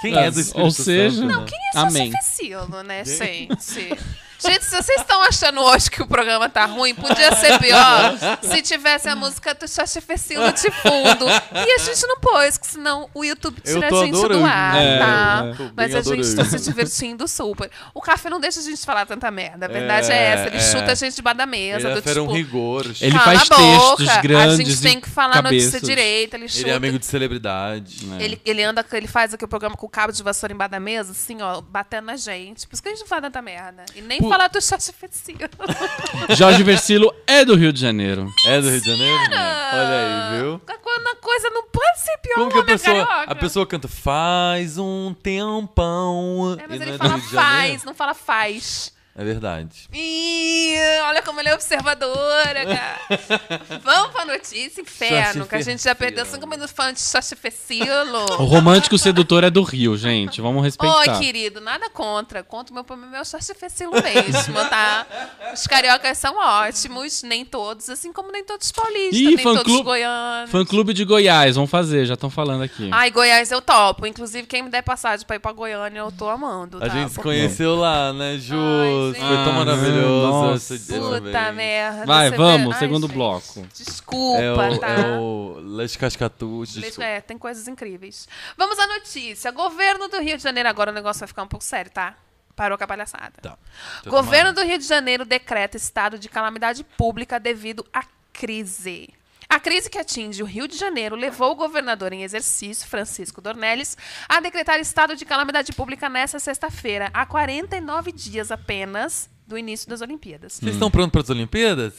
Quem é do Ou Espírito seja- Santo? Não, né? Quem é Amém. Sorcifecíolo, né, gente? Gente, se vocês estão achando hoje que o programa tá ruim, podia ser pior se tivesse a música do Sorcifecíolo de fundo. E a gente não pôs, porque senão o YouTube Eu tira a tô gente do adorando. ar, É, tá? é. Tô bem Mas a gente tá adorando. se divertindo super. O café não deixa a gente falar tanta merda. A verdade é, É, essa. Ele é. chuta a gente debaixo da mesa. Ele do afere um tipo, rigor. Ele Cala faz a textos boca, grandes A gente e tem que falar cabeças. notícia direita, ele chuta. Ele é amigo de celebridade. ele, ele anda, ele faz aqui o programa com o cabo de vassoura embaixo da mesa, assim, ó, batendo na gente. Por isso que a gente não fala tanta merda. E nem falar do shot ofensivo. Jorge Versilo é do Rio de Janeiro. É do Rio de Janeiro? Olha aí, viu? Quando a coisa não pode ser pior, Como um que a homem pessoa, carioca. a pessoa canta faz um tempão. É, e mas não ele é do fala Rio de Janeiro? faz, não fala faz. É verdade. Ih, olha como ele é observadora, cara. Vamos pra notícia, inferno, que a gente já perdeu cinco minutos falando de shot O ofensivo. romântico sedutor é do Rio, gente. Vamos respeitar. Oi, querido, nada contra. Contra o meu problema é o short fecilo mesmo, tá? Os cariocas são ótimos, nem todos, assim como nem todos os paulistas, Ih, nem todos fã-clube- os goianos. Fã-clube de Goiás, vamos fazer, já estão falando aqui. Ai, Goiás eu topo. Inclusive, quem me der passagem pra ir pra Goiânia, eu tô amando, tá? A gente se Porque- conheceu lá, né, Jus? gente. Foi tão Ah, maravilhoso. nossa. essa- Puta merda. Vai, você vamos, vê- Ai, segundo gente, bloco. Desculpa, É o, tá? é o Les Cascatus. Leite- desculpa. É, tem coisas incríveis. Vamos à notícia. Governo do Rio de Janeiro. Agora o negócio vai ficar um pouco sério, tá? Parou com a palhaçada. Tá. Deixa eu Governo tomar. do Rio de Janeiro decreta estado de calamidade pública devido à crise. A crise que atinge o Rio de Janeiro levou o governador em exercício, Francisco Dornelles, a decretar estado de calamidade pública nesta sexta-feira, há 49 dias apenas do início das Olimpíadas. Vocês estão prontos para as Olimpíadas?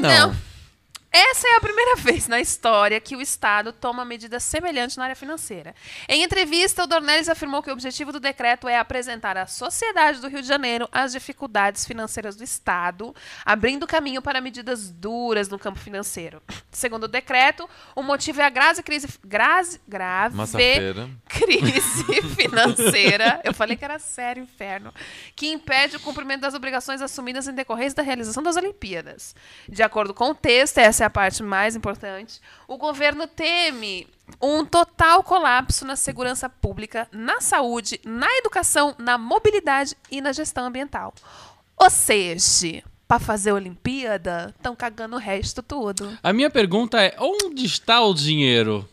Não. Essa é a primeira vez na história que o Estado toma medida semelhante na área financeira. Em entrevista, o Dornelles afirmou que o objetivo do decreto é apresentar à sociedade do Rio de Janeiro as dificuldades financeiras do Estado, abrindo caminho para medidas duras no campo financeiro. Segundo o decreto, o motivo é a grave crise, grase- grave Massafeira. crise financeira. Eu falei que era sério, inferno. Que impede o cumprimento das obrigações assumidas em decorrência da realização das Olimpíadas. De acordo com o texto, essa é a parte mais importante, o governo teme um total colapso na segurança pública, na saúde, na educação, na mobilidade e na gestão ambiental. Ou seja, para fazer a Olimpíada, estão cagando o resto tudo. A minha pergunta é: onde está o dinheiro?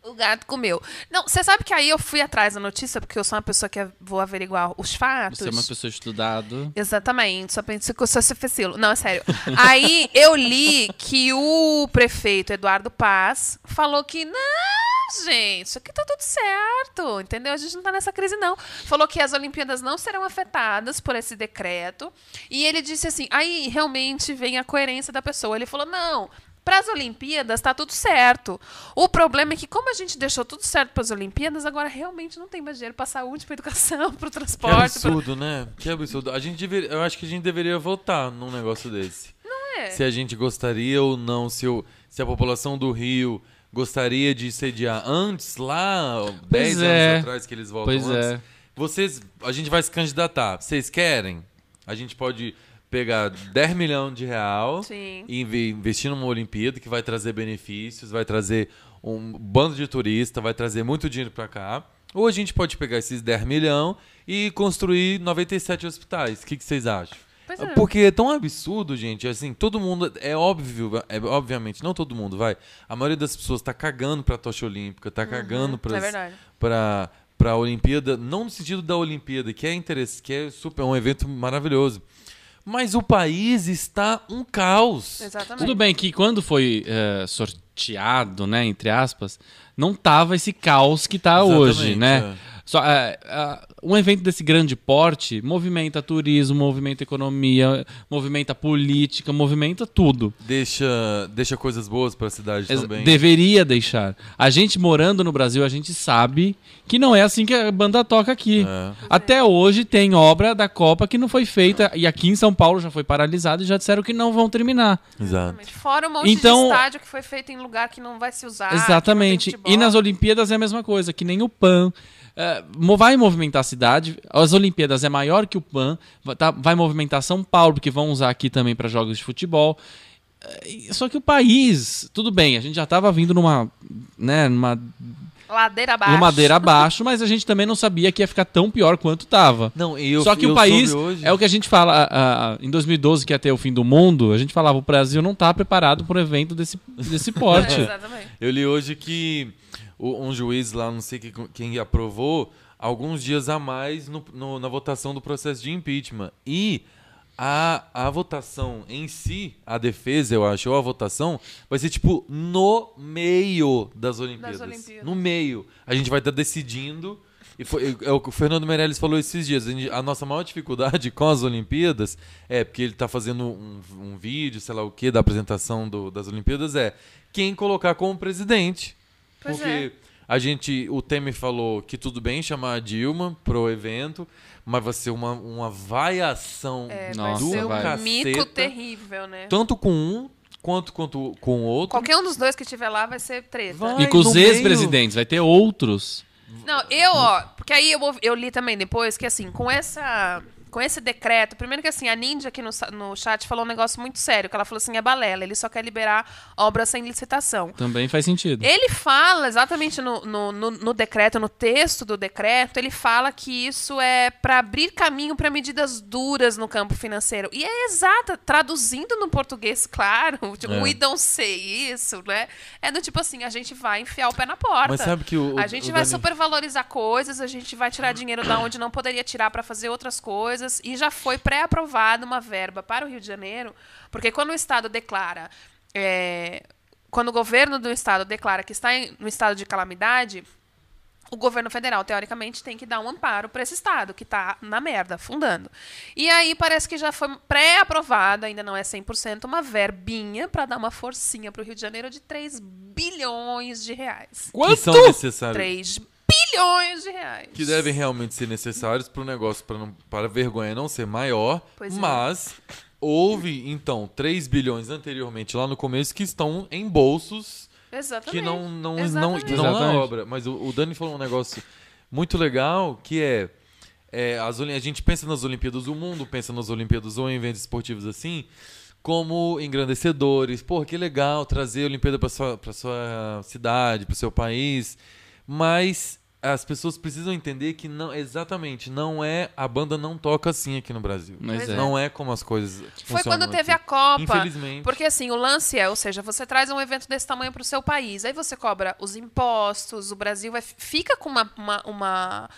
O gato comeu. Não, você sabe que aí eu fui atrás da notícia, porque eu sou uma pessoa que é- vou averiguar os fatos. Você é uma pessoa estudada. Exatamente, só pensei que eu sou cefecilo. Não, é sério. Aí eu li que o prefeito Eduardo Paz falou que não, gente, aqui tá tudo certo, entendeu? A gente não tá nessa crise, não. Falou que as Olimpíadas não serão afetadas por esse decreto. E ele disse assim: aí realmente vem a coerência da pessoa. Ele falou: não. Para as Olimpíadas tá tudo certo. O problema é que, como a gente deixou tudo certo para as Olimpíadas, agora realmente não tem mais dinheiro para saúde, para educação, para o Que transporte. pra- É absurdo, né? Que absurdo. A gente deveria, eu acho que a gente deveria votar num negócio desse. Não é? Se a gente gostaria ou não, se, o- se a população do Rio gostaria de sediar antes, lá, 10 é. anos atrás que eles voltam Pois antes. é. Vocês, a gente vai se candidatar. Vocês querem? A gente pode pegar 10 milhões de real Sim. e inve- investir numa Olimpíada que vai trazer benefícios, vai trazer um bando de turista, vai trazer muito dinheiro pra cá. Ou a gente pode pegar esses 10 milhões e construir 97 hospitais. O que que vocês acham? Pois é. Porque é tão absurdo, gente. Assim, todo mundo. É óbvio, é, obviamente, não todo mundo, vai. A maioria das pessoas tá cagando pra tocha olímpica, tá cagando pras, é verdade. para para a Olimpíada, não no sentido da Olimpíada, que é interesse, que é super, é um evento maravilhoso. Mas o país está um caos. Exatamente. Tudo bem que quando foi eh, sorteado, né, entre aspas, não tava esse caos que tá Exatamente, hoje, né? é. Só, eh, ah, um evento desse grande porte movimenta turismo, movimenta economia, movimenta política, movimenta tudo. Deixa, deixa coisas boas para a cidade Ex- também. Deveria deixar. A gente morando no Brasil, a gente sabe que não é assim que a banda toca aqui. É. Até hoje tem obra da Copa que não foi feita e aqui em São Paulo já foi paralisada e já disseram que não vão terminar. Exato. Exatamente. Fora um monte Então- de estádio que foi feito em lugar que não vai se usar. Ah, que não tem Exatamente. futebol. E nas Olimpíadas é a mesma coisa, que nem o PAN. É, mo- vai movimentar a cidade. As Olimpíadas é maior que o PAN. va- tá- vai movimentar São Paulo, porque vão usar aqui também para jogos de futebol. É, e- Só que o país, tudo bem, a gente já estava vindo numa, né, numa Ladeira abaixo. numa madeira abaixo, mas a gente também não sabia que ia ficar tão pior quanto estava. Não, e eu- Só que eu o país soube hoje- é o que a gente fala a- a- em 2012 que ia ter o fim do mundo. A gente falava o Brasil não está preparado para um evento desse desse É, porte. exatamente. Eu li hoje que o- um juiz lá, não sei que- quem aprovou, alguns dias a mais no- no- na votação do processo de impeachment. E a, a votação em si, a defesa, eu acho, ou a votação, vai ser tipo no meio das Olimpíadas. Olimpíadas. No meio. A gente vai estar decidindo. E foi, é o que o Fernando Meirelles falou esses dias. A, gente- a nossa maior dificuldade com as Olimpíadas é porque ele está fazendo um, um vídeo, sei lá o que, da apresentação do- das Olimpíadas, é quem colocar como presidente. Pois porque é. a gente, o Temer falou que tudo bem chamar a Dilma pro evento, mas vai ser uma, uma vaiação É, do Nossa, vai ser um vai. mico caceta, terrível, né? Tanto com um, quanto, quanto com o outro. Qualquer um dos dois que tiver lá vai ser treta. Vai. E com no os meio. ex-presidentes, vai ter outros. Não, eu, ó, porque aí eu, ouvi- eu li também depois que, assim, com essa. Com esse decreto, primeiro que assim, a Ninja aqui no, sa- no chat falou um negócio muito sério, que ela falou assim, é balela, ele só quer liberar obras sem licitação. Também faz sentido. Ele fala exatamente no, no, no- no decreto, no texto do decreto, ele fala que isso é para abrir caminho para medidas duras no campo financeiro. E é exata, traduzindo no português, claro, tipo, É. we don't say isso, né? É do tipo assim, a gente vai enfiar o pé na porta. Mas sabe que o- a o- gente o vai Dani- supervalorizar coisas, a gente vai tirar dinheiro da onde não poderia tirar para fazer outras coisas. E já foi pré-aprovada uma verba para o Rio de Janeiro, porque quando o Estado declara. é, quando o governo do Estado declara que está em, no estado de calamidade, o governo federal, teoricamente, tem que dar um amparo para esse estado que está na merda, afundando. E aí parece que já foi pré-aprovada, ainda não é 100%, uma verbinha para dar uma forcinha para o Rio de Janeiro de 3 bilhões de reais. Que Quanto? são necessários. 3 bilhões de reais. que devem realmente ser necessários para o negócio, para não- para a vergonha não ser maior, Pois é. mas houve, então, 3 bilhões anteriormente lá no começo que estão em bolsos Exatamente. que não, não, não, Exatamente. que não na Exatamente. obra. Mas o, o Dani falou um negócio muito legal que é, é, as, Oli- a gente pensa nas Olimpíadas, o mundo pensa nas Olimpíadas ou em eventos esportivos assim como engrandecedores. Pô, que legal trazer a Olimpíada para sua, pra sua cidade, para seu país. Mas as pessoas precisam entender que não, exatamente, não é a banda não toca assim aqui no Brasil. Mas Pois é. é. Não é como as coisas Foi funcionam quando teve a aqui. Copa. né? Infelizmente. Porque assim, o lance é, ou seja, você traz um evento desse tamanho para o seu país, aí você cobra os impostos, o Brasil vai- fica com uma, uma- uma-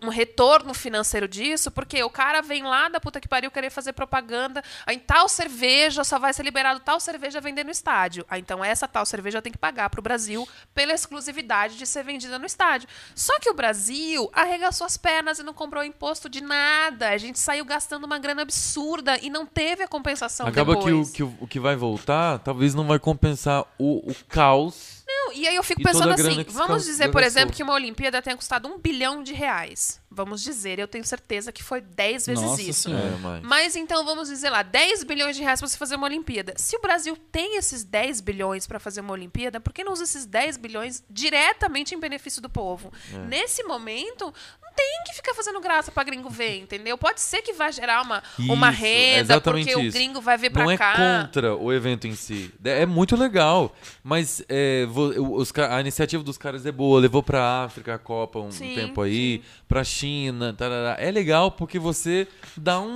um, um retorno financeiro disso, porque o cara vem lá da puta que pariu querer fazer propaganda, aí tal cerveja só vai ser liberado tal cerveja vender no estádio. Ah, então essa tal cerveja tem que pagar para o Brasil pela exclusividade de ser vendida no estádio. Só que o Brasil arregaçou as pernas e não comprou imposto de nada. A gente saiu gastando uma grana absurda e não teve a compensação Acaba que o, depois. que o o que vai voltar talvez não vai compensar o, o caos. Não, e aí eu fico E pensando toda a grana assim, que se vamos cal- dizer, por gastou. exemplo, que uma Olimpíada tenha custado um bilhão de reais. Vamos dizer, eu tenho certeza que foi 10 vezes Nossa isso. Senhora. É, mas- Hum. Mas então vamos dizer lá, 10 bilhões de reais pra você fazer uma Olimpíada. Se o Brasil tem esses 10 bilhões pra fazer uma Olimpíada, por que não usa esses 10 bilhões diretamente em benefício do povo? É. Nesse momento, não tem que ficar fazendo graça pra gringo ver, entendeu? Pode ser que vai gerar uma, uma Isso, é renda, porque exatamente o isso. gringo vai vir pra não cá. é contra o evento em si. É é muito legal. Mas é, vo- os ca- a iniciativa dos caras é boa. Levou pra África a Copa um Sim, tempo aí. Pra China. tarará. É legal porque você dá um,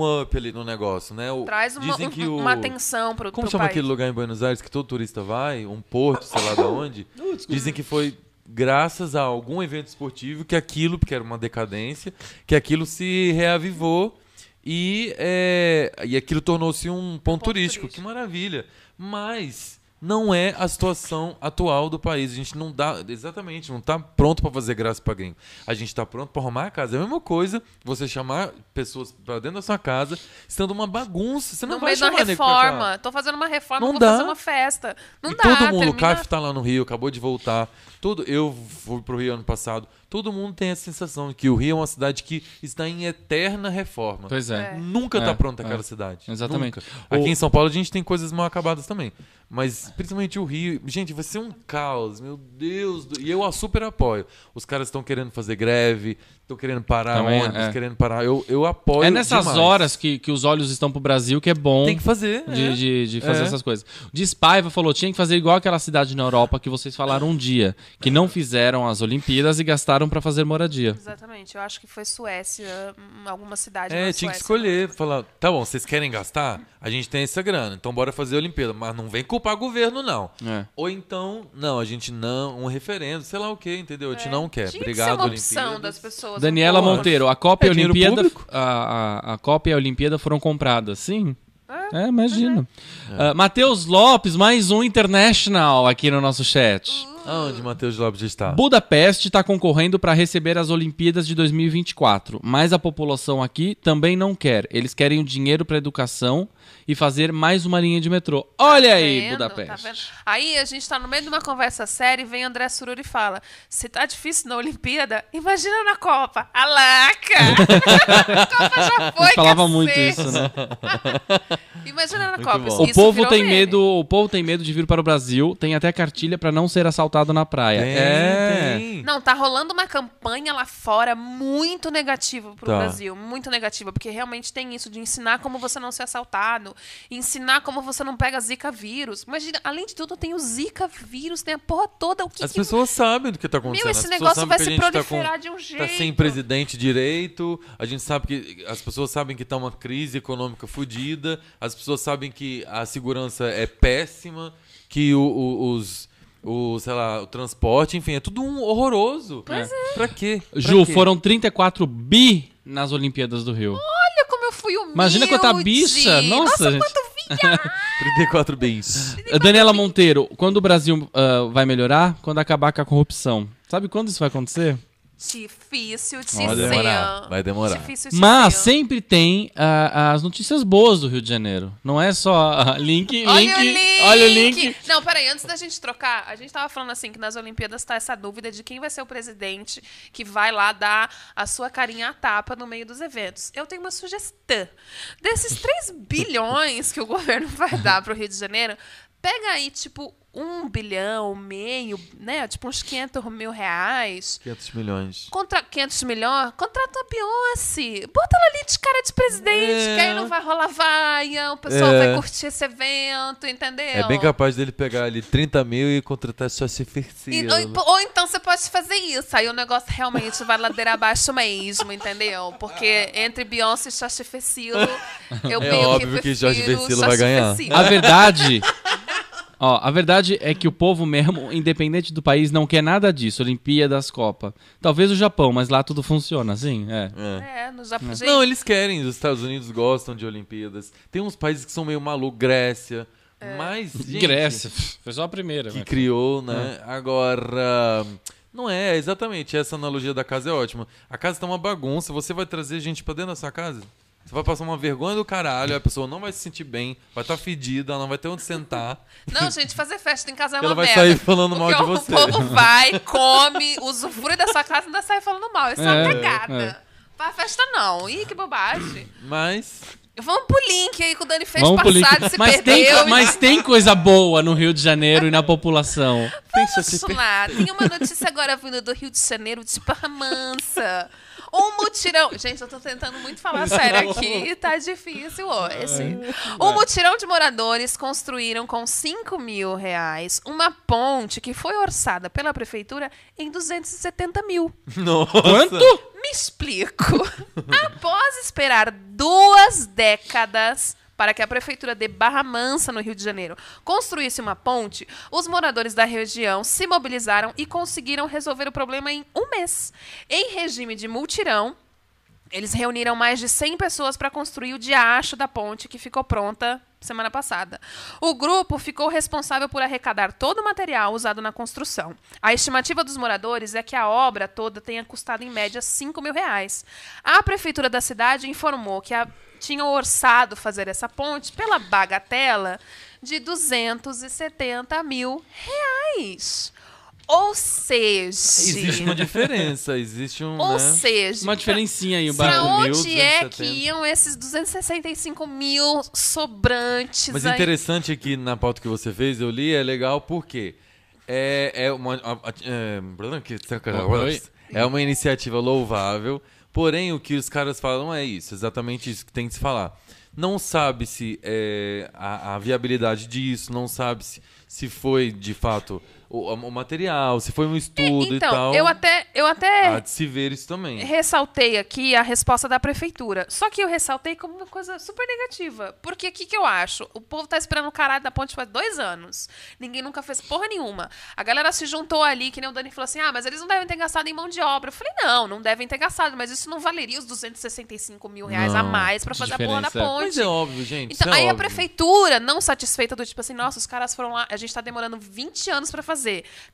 um up ali no negócio, né? O- Traz uma, dizem um- que o- uma atenção pro, Como pro chama país. aquele lugar em Buenos Aires que todo turista vai? Um porto, sei lá de onde. Dizem que foi graças a algum evento esportivo que aquilo, porque era uma decadência, que aquilo se reavivou e, é, e aquilo tornou-se um ponto, turístico. turístico. Que maravilha. Mas não é a situação atual do país. A gente não dá, exatamente, não tá pronto para fazer graça para gringo. A gente tá pronto para arrumar a casa. É a mesma coisa você chamar pessoas para dentro da sua casa, sendo uma bagunça. Você não no vai meio da chamar nego pra cá. reforma. Tô fazendo uma reforma, Não vou dá. fazer uma festa. Não E dá, todo mundo, o termina... Caf tá lá no Rio, acabou de voltar. Todo, eu fui pro Rio ano passado. Todo mundo tem a sensação de que o Rio é uma cidade que está em eterna reforma. Pois é. Nunca É, tá pronta é. aquela cidade. Exatamente. Nunca. O- Aqui em São Paulo a gente tem coisas mal acabadas também. Mas principalmente o Rio. Gente, vai ser um caos. Meu Deus. Do... E eu a super apoio. Os caras estão querendo fazer greve, estão querendo parar Também, ônibus, é. querendo parar. Eu, eu apoio. É nessas demais. horas que, que os olhos estão pro Brasil que é bom. Tem que fazer. de, é. de, de fazer É. essas coisas. De Spaiva falou: tinha que fazer igual aquela cidade na Europa que vocês falaram um dia, que não fizeram as Olimpíadas e gastaram pra fazer moradia. Exatamente, eu acho que foi Suécia, hum, alguma cidade É, na tinha que Suécia. né? escolher. Falar, tá bom, vocês querem gastar? A gente tem essa grana, então bora fazer a Olimpíada. Mas não vem culpar governo, não. É. Ou então, não, a gente não, um referendo, sei lá o que, entendeu? A gente É. não quer. Tinha Obrigado, que ser uma opção Olimpíada. das pessoas. Daniela um pouco. Monteiro, a Copa e É a dinheiro Olimpíada. público? A, a, a Copa e a Olimpíada foram compradas, sim. É, imagina. é. Ah, Matheus Lopes, mais um International aqui no nosso chat. Aonde Matheus Lopes está? Budapeste está concorrendo para receber as Olimpíadas de 2024, mas a população aqui também não quer. Eles querem o dinheiro para educação e fazer mais uma linha de metrô. Olha aí, Vendo? Tá Budapeste. vendo? Aí a gente tá no meio de uma conversa séria e vem André Sururi e fala: se tá difícil na Olimpíada, imagina na Copa. Alaca! a Copa já foi. Eles falavam cacete. muito isso, né? Imagina na Muito Copa. bom. isso- O isso povo virou tem meme. medo, o povo tem medo de vir para o Brasil. Tem até cartilha para não ser assaltado na praia. Tem, é. tem. Não, tá rolando uma campanha lá fora muito negativa pro Tá. Brasil. Muito negativa, porque realmente tem isso de ensinar como você não ser assaltado, ensinar como você não pega zika vírus. Imagina, além de tudo, tem o zika vírus, tem a porra toda. O que As que- pessoas sabem do que tá acontecendo. Meu, As esse pessoas negócio sabem vai que a se gente tá proliferar com- de um Tá jeito. sem presidente direito, a gente sabe que. As pessoas sabem que tá uma crise econômica fodida, as pessoas sabem que a segurança é péssima, que o, o- os. O, sei lá, o transporte, enfim, é tudo um horroroso. Pois é. Pra quê? Pra Ju, quê? foram 34 bi nas Olimpíadas do Rio. Olha como eu fui humilde. Imagina quanta bicha. Nossa, gente. quanto viado. 34 bens. Eh, Daniela Monteiro, quando o Brasil ah, vai melhorar? Quando acabar com a corrupção. Sabe quando isso vai acontecer? Difícil de Vai ser. demorar, vai demorar. Difícil de Mas ser. sempre tem ah, as notícias boas do Rio de Janeiro. Não é só ah, link, Olha link, o link! olha o link. Não, peraí, antes da gente trocar, a gente tava falando assim que nas Olimpíadas tá essa dúvida de quem vai ser o presidente que vai lá dar a sua carinha à tapa no meio dos eventos. Eu tenho uma sugestão. Desses 3 bilhões que o governo vai dar pro Rio de Janeiro, pega aí, tipo, um bilhão, meio, né? Tipo uns 500 mil reais. 500 milhões. Contra 500 milhões, contrata a Beyoncé. Bota ela ali de cara de presidente, É. que aí não vai rolar vaia, o pessoal É. vai curtir esse evento, entendeu? É bem capaz dele pegar ali 30 mil e contratar só se E- fertil. ou, ent- ou então você pode fazer isso. Aí o negócio realmente vai ladeira abaixo mesmo, entendeu? Porque entre Beyoncé e Jorge Fecilo, eu É meio óbvio que, que Jorge prefiro Fecilo vai ganhar. Fecilo. A verdade. Ó, a verdade é que o povo mesmo, independente do país, não quer nada disso. Olimpíadas, Copa. Talvez o Japão, mas lá tudo funciona, assim. É. É, no Japão. Gente, Não, eles querem. Os Estados Unidos gostam de Olimpíadas. Tem uns países que são meio malucos. Grécia. Mas, gente, Grécia. Foi só a primeira. que velho. criou, né? Agora. Não é, exatamente. Essa analogia da casa é ótima. A casa tá uma bagunça, você vai trazer gente pra dentro da sua casa? Você vai passar uma vergonha do caralho, a pessoa não vai se sentir bem, vai estar fedida, ela não vai ter onde sentar. Não, gente, fazer festa em casa é Ela uma vai merda. sair falando mal Porque de você. O povo vai, come, usufrui da sua casa e ainda sai falando mal. Isso é uma É, cagada. Pra festa não. Ih, que bobagem. Mas. Vamos pro link aí que o Dani fez Vamos pro passado link. e se Mas tem, perdeu. co- mas tem coisa boa no Rio de Janeiro e na população. Pensa se Isso lá. Tem uma notícia agora vindo do Rio de Janeiro de Parmansa. Um mutirão. Gente, eu tô tentando muito falar sério aqui. Tá difícil hoje. Um mutirão de moradores construíram com 5 mil reais uma ponte que foi orçada pela prefeitura em 270 mil. Nossa. Quanto? Me explico. Após esperar duas décadas para que a prefeitura de Barra Mansa, no Rio de Janeiro, construísse uma ponte, os moradores da região se mobilizaram e conseguiram resolver o problema em um mês. Em regime de multirão, eles reuniram mais de 100 pessoas para construir o diacho da ponte que ficou pronta semana passada. O grupo ficou responsável por arrecadar todo o material usado na construção. A estimativa dos moradores é que a obra toda tenha custado em média 5 mil reais. A prefeitura da cidade informou que a- tinham orçado fazer essa ponte pela bagatela de 270 mil reais. Ou seja, Existe uma diferença, existe um. ou né? seja, Uma diferencinha aí, o Pra barulho. mil, onde é 270. que iam esses 265 mil sobrantes Mas é aí? interessante que na pauta que você fez, eu li, é legal porque é, é uma. a- a- é, Bruno, que- Oi. É uma iniciativa louvável, porém o que os caras falam é isso, exatamente isso que tem que se falar. Não sabe se é, a, a viabilidade disso, não sabe se, se foi de fato o, o material, se foi um estudo e então, tal. eu até, É, eu Há até de se ver isso também. ressaltei aqui a resposta da prefeitura. Só que eu ressaltei como uma coisa super negativa. Porque o que, que eu acho? O povo tá esperando o caralho da ponte faz dois anos. Ninguém nunca fez porra nenhuma. A galera se juntou ali, que nem o Dani falou assim: ah, mas eles não devem ter gastado em mão de obra. Eu falei: não, não devem ter gastado, mas isso não valeria os 265 mil reais a Não, mais pra fazer a porra da diferença. ponte. Mas é óbvio, gente. Então, isso é aí a óbvio. prefeitura, não satisfeita do tipo assim, nossa, os caras foram lá, a gente tá demorando 20 anos pra fazer.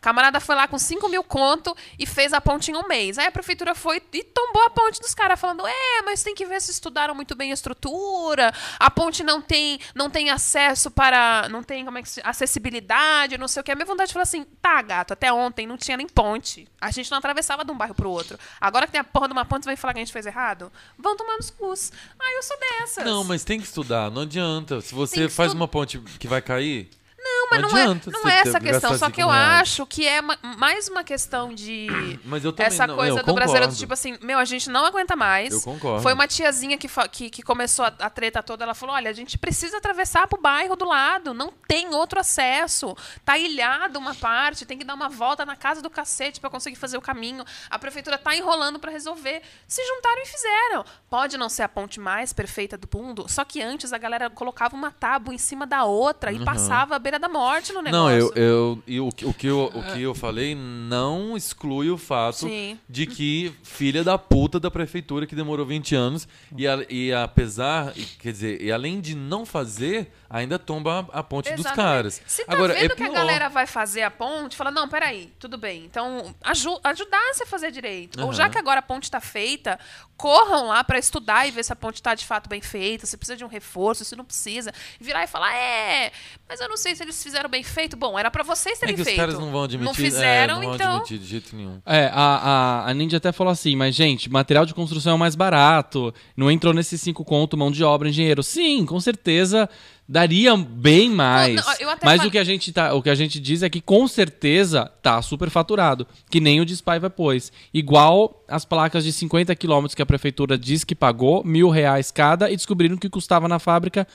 Camarada foi lá com 5 mil conto e fez a ponte em um mês. Aí a prefeitura foi e tombou a ponte dos caras, falando, é, mas tem que ver se estudaram muito bem a estrutura, a ponte não tem, não tem acesso para, não tem, como é que se, acessibilidade, não sei o que. A minha vontade de falar assim, tá, gato, até ontem não tinha nem ponte. A gente não atravessava de um bairro pro outro. Agora que tem a porra de uma ponte, você vai falar que a gente fez errado? Vão tomar nos cus. Aí eu sou dessas. Não, mas tem que estudar, não adianta. Se Tem você que faz estu- uma ponte que vai cair. Não, mas não é, adianta não você é ter- essa a questão. gastar Só que eu cinco reais. acho que é ma- mais uma questão de. Mas eu também Essa não- coisa eu do brasileiro, do concordo. tipo assim, meu, a gente não aguenta mais. Eu concordo. Foi uma tiazinha que, fa- que, que começou a, a treta toda. Ela falou: olha, a gente precisa atravessar pro bairro do lado. Não tem outro acesso. Tá ilhado uma parte, tem que dar uma volta na casa do cacete pra conseguir fazer o caminho. A prefeitura tá enrolando pra resolver. Se juntaram e fizeram. Pode não ser a ponte mais perfeita do mundo, só que antes a galera colocava uma tábua em cima da outra e passava à beira da morte no negócio. Uhum. Não, eu, eu, e o, que- o que eu, o que eu falei não exclui o fato Sim. de que filha da puta da prefeitura que demorou 20 anos e, a- e apesar, e, quer dizer, e além de não fazer, ainda tomba a, a ponte dos Exatamente. caras. Se tá Agora, vendo é que a pior. galera vai fazer a ponte, fala, não, peraí, tudo bem. Então, aju ajudar-se a fazer direito. Ou Aham. já que agora a ponte tá feita, corram lá para estudar e ver se a ponte tá de fato bem feita, se precisa de um reforço, se não precisa. Virar e falar, é, mas eu não sei se eles fizeram bem feito, bom, era pra vocês É terem que os feito. caras não vão admitir. Não é, fizeram, não então. vão admitir de jeito nenhum. É, a, a, a Ninja até falou assim, mas gente, material de construção é o mais barato, não entrou nesses cinco conto, mão de obra, engenheiro. Sim, com certeza daria bem mais. Não, não, eu até mas falei- o, que a gente tá, o que a gente diz é que com certeza tá superfaturado, que nem o de Spaiva pôs. Igual as placas de 50 quilômetros que a prefeitura diz que pagou, mil reais cada, e descobriram que custava na fábrica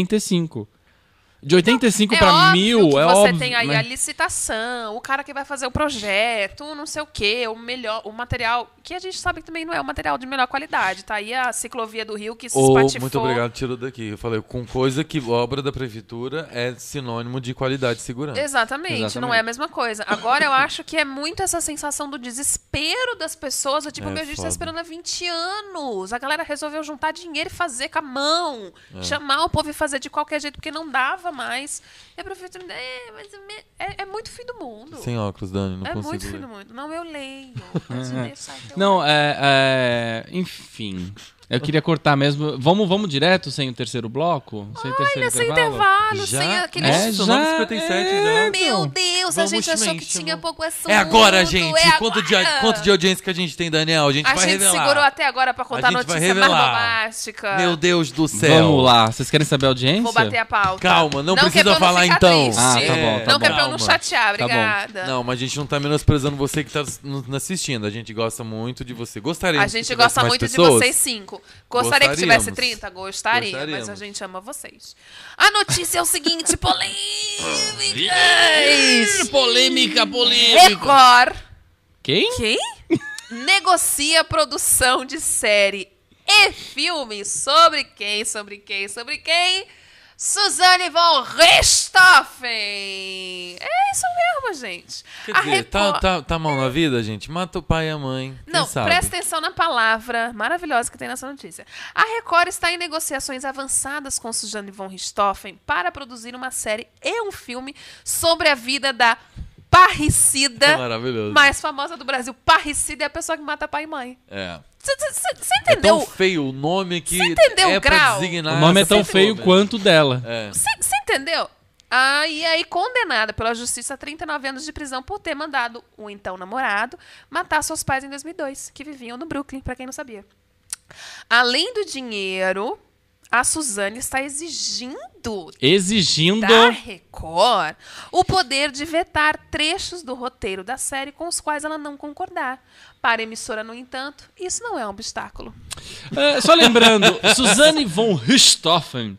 85. De 85 é pra óbvio mil, que é você óbvio. tem aí né? a licitação, o cara que vai fazer o projeto, não sei o quê, o melhor, o material, que a gente sabe que também não é um material de melhor qualidade, tá aí a ciclovia do Rio que se Ou, espatifou. muito obrigado, né? tirou daqui. Eu falei, com coisa que obra da prefeitura é sinônimo de qualidade e segurança. Exatamente, não é a mesma coisa. Agora eu acho que é muito essa sensação do desespero das pessoas. do Tipo, É meu, a gente tá foda. esperando há 20 anos. A galera resolveu juntar dinheiro e fazer com a mão. Chamar o povo e fazer de qualquer jeito, porque não dava mais. E a prefeitura. É, mas me- é, é muito fim do mundo. Sem óculos, Dani, não é consigo. muito fim ler. do mundo. Não, eu leio. Mas eu deixo aqui, eu Não, é, é, Enfim. Eu queria cortar mesmo. Vamos, vamos direto sem o terceiro bloco? Sem o terceiro Olha, sem intervalo? intervalo, Já? sem aquele. É, Nossa, já 9h57 é, já. Meu Deus, a Vamos, gente achou que gente, tinha vamos. pouco assunto. É agora, gente. é Quanto, de, agora. quanto de audiência que a gente tem, Daniel? A gente A vai gente revelar. segurou até agora pra contar a, gente vai notícia mais revelar. bombástica. Meu Deus do céu. Vamos lá. Vocês querem saber a audiência? Vou bater a pauta. Calma, não, que é pra precisa eu falar ficar então. triste. Ah, tá bom, tá não que é pra eu Calma. não chatear, Tá bom. obrigada. Não, mas a gente não tá menosprezando você que tá nos assistindo. A gente gosta muito de você. Gostaria A que gente tivesse gosta mais muito de pessoas. vocês cinco. Gostaria que tivesse Gostaríamos. 30? Gostaria, mas a Gostaríamos. gente ama vocês. A notícia é o seguinte, polêmicas. Polêmica, polêmica. Record. Quem? Quem? Negocia produção de série e filme sobre quem, sobre quem, sobre quem? Suzane von Richthofen. É isso mesmo, gente. Quer A dizer, tá, Record- tá, tá mal na vida, gente? Mata o pai e a mãe. quem Não, sabe? presta atenção na palavra maravilhosa que tem nessa notícia. A Record está em negociações avançadas com Suzane von Richthofen para produzir uma série e um filme sobre a vida da É parricida maravilhoso. mais famosa do Brasil. Parricida é a pessoa que mata pai e mãe. É. Você É tão entendeu? feio o nome que. Você entendeu é o pra grau? designar O nome é essa tão pessoa feio mesmo. quanto o dela. um. É. Você entendeu? Ah, e aí, condenada pela justiça a 39 anos de prisão por ter mandado o então namorado matar seus pais em 2002, que viviam no Brooklyn, pra quem não sabia. Além do dinheiro, a Suzane está exigindo Exigindo. da Record o poder de vetar trechos do roteiro da série com os quais ela não concordar. Para a emissora, no entanto, isso não é um obstáculo. É, só lembrando, Suzane von Richthofen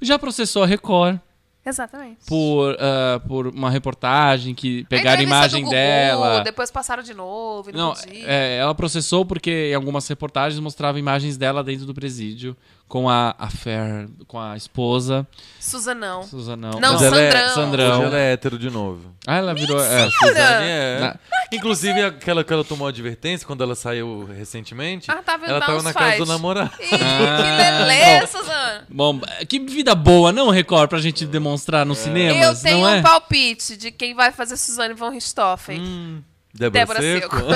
já processou a Record Exatamente. por, ah, por uma reportagem que Aí pegaram a entrevista imagem do Gugu, dela. Depois passaram de novo. e Não, Não, podia. é, ela processou porque em algumas reportagens mostrava imagens dela dentro do presídio com a, a Fer, com a esposa, Suzanão. Suzanão. Não, Mas ela Sandrão. É, Sandrão. Hoje ela é hétero de novo. Ah, ela virou. É, Suzane é. Na- Ah, Inclusive, aquela que ela tomou advertência quando ela saiu recentemente. Ah, tava indo ela dar tava uns na casa fight. do namorado. Ih, que Ah, lelê, Suzana. bom, que vida boa, não, Record, pra gente demonstrar nos cinemas, Eu tenho não é? um palpite de quem vai fazer Suzane von Richthofen. Hum, Débora, Débora Seco. Seco.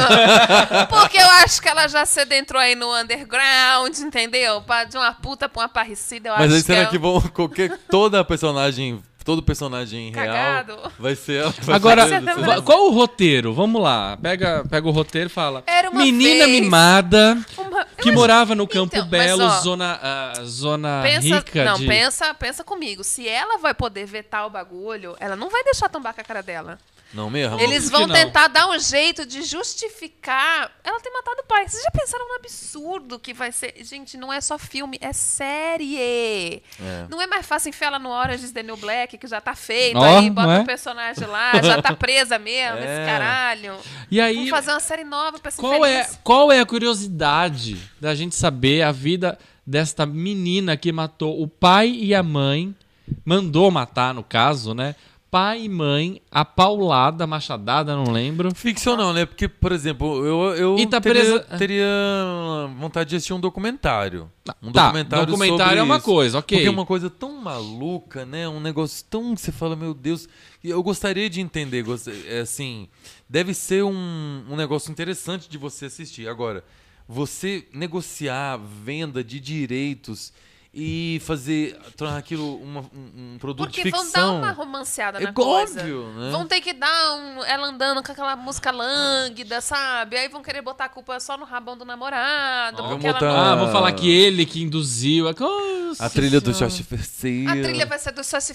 Porque eu acho que ela já se adentrou aí no underground, entendeu? Pra- De uma puta pra uma parricida, eu Mas acho aí será que que é um vão. Qualquer, toda a personagem. Todo personagem real Cagado. vai ser ela. que vai Agora, fazer isso. va- qual o roteiro? Vamos lá. Pega, pega o roteiro e fala. Era uma Menina vez mimada uma- eu que acho- morava no Campo Então, mas, Belo, ó, zona, ah, zona Pensa, rica não, de... pensa, pensa comigo. Se ela vai poder vetar o bagulho, ela não vai deixar tombar com a cara dela. Não mesmo? Eles que vão não? tentar dar um jeito de justificar ela ter matado o pai. Vocês já pensaram no absurdo que vai ser? Gente, não é só filme, é série. Não é mais fácil enfiar ela no Orange is the New Black, que já tá feito, Ó, aí bota não é? o personagem lá, já tá presa mesmo, É. esse caralho. E aí, Vamos fazer uma série nova pra ser Qual é, feliz. qual é a curiosidade da gente saber a vida desta menina que matou o pai e a mãe, mandou matar, no caso, né? Pai e mãe, a paulada, machadada, não lembro. Ficção não, né? Porque, por exemplo, eu, eu E tá teria, presa- teria vontade de assistir um documentário. Um Tá, documentário, documentário sobre é uma isso. coisa, ok. Porque é uma coisa tão maluca, né? Um negócio tão que você fala, meu Deus. E eu gostaria de entender, gost- é, assim, deve ser um, um negócio interessante de você assistir. Agora, você negociar venda de direitos e fazer tornar aquilo uma- um, um produto Porque de vão dar ficção. uma romanceada É na coisa. óbvio, né? Vão ter que dar um, ela andando com aquela música lânguida, sabe? Aí vão querer botar a culpa só no rabão do namorado. Vão porque ela botar- não- Ah, vou falar que ele que induziu. A, Nossa A trilha do Senhora. Jorge Ferceiro. A trilha vai ser do Sassi E aí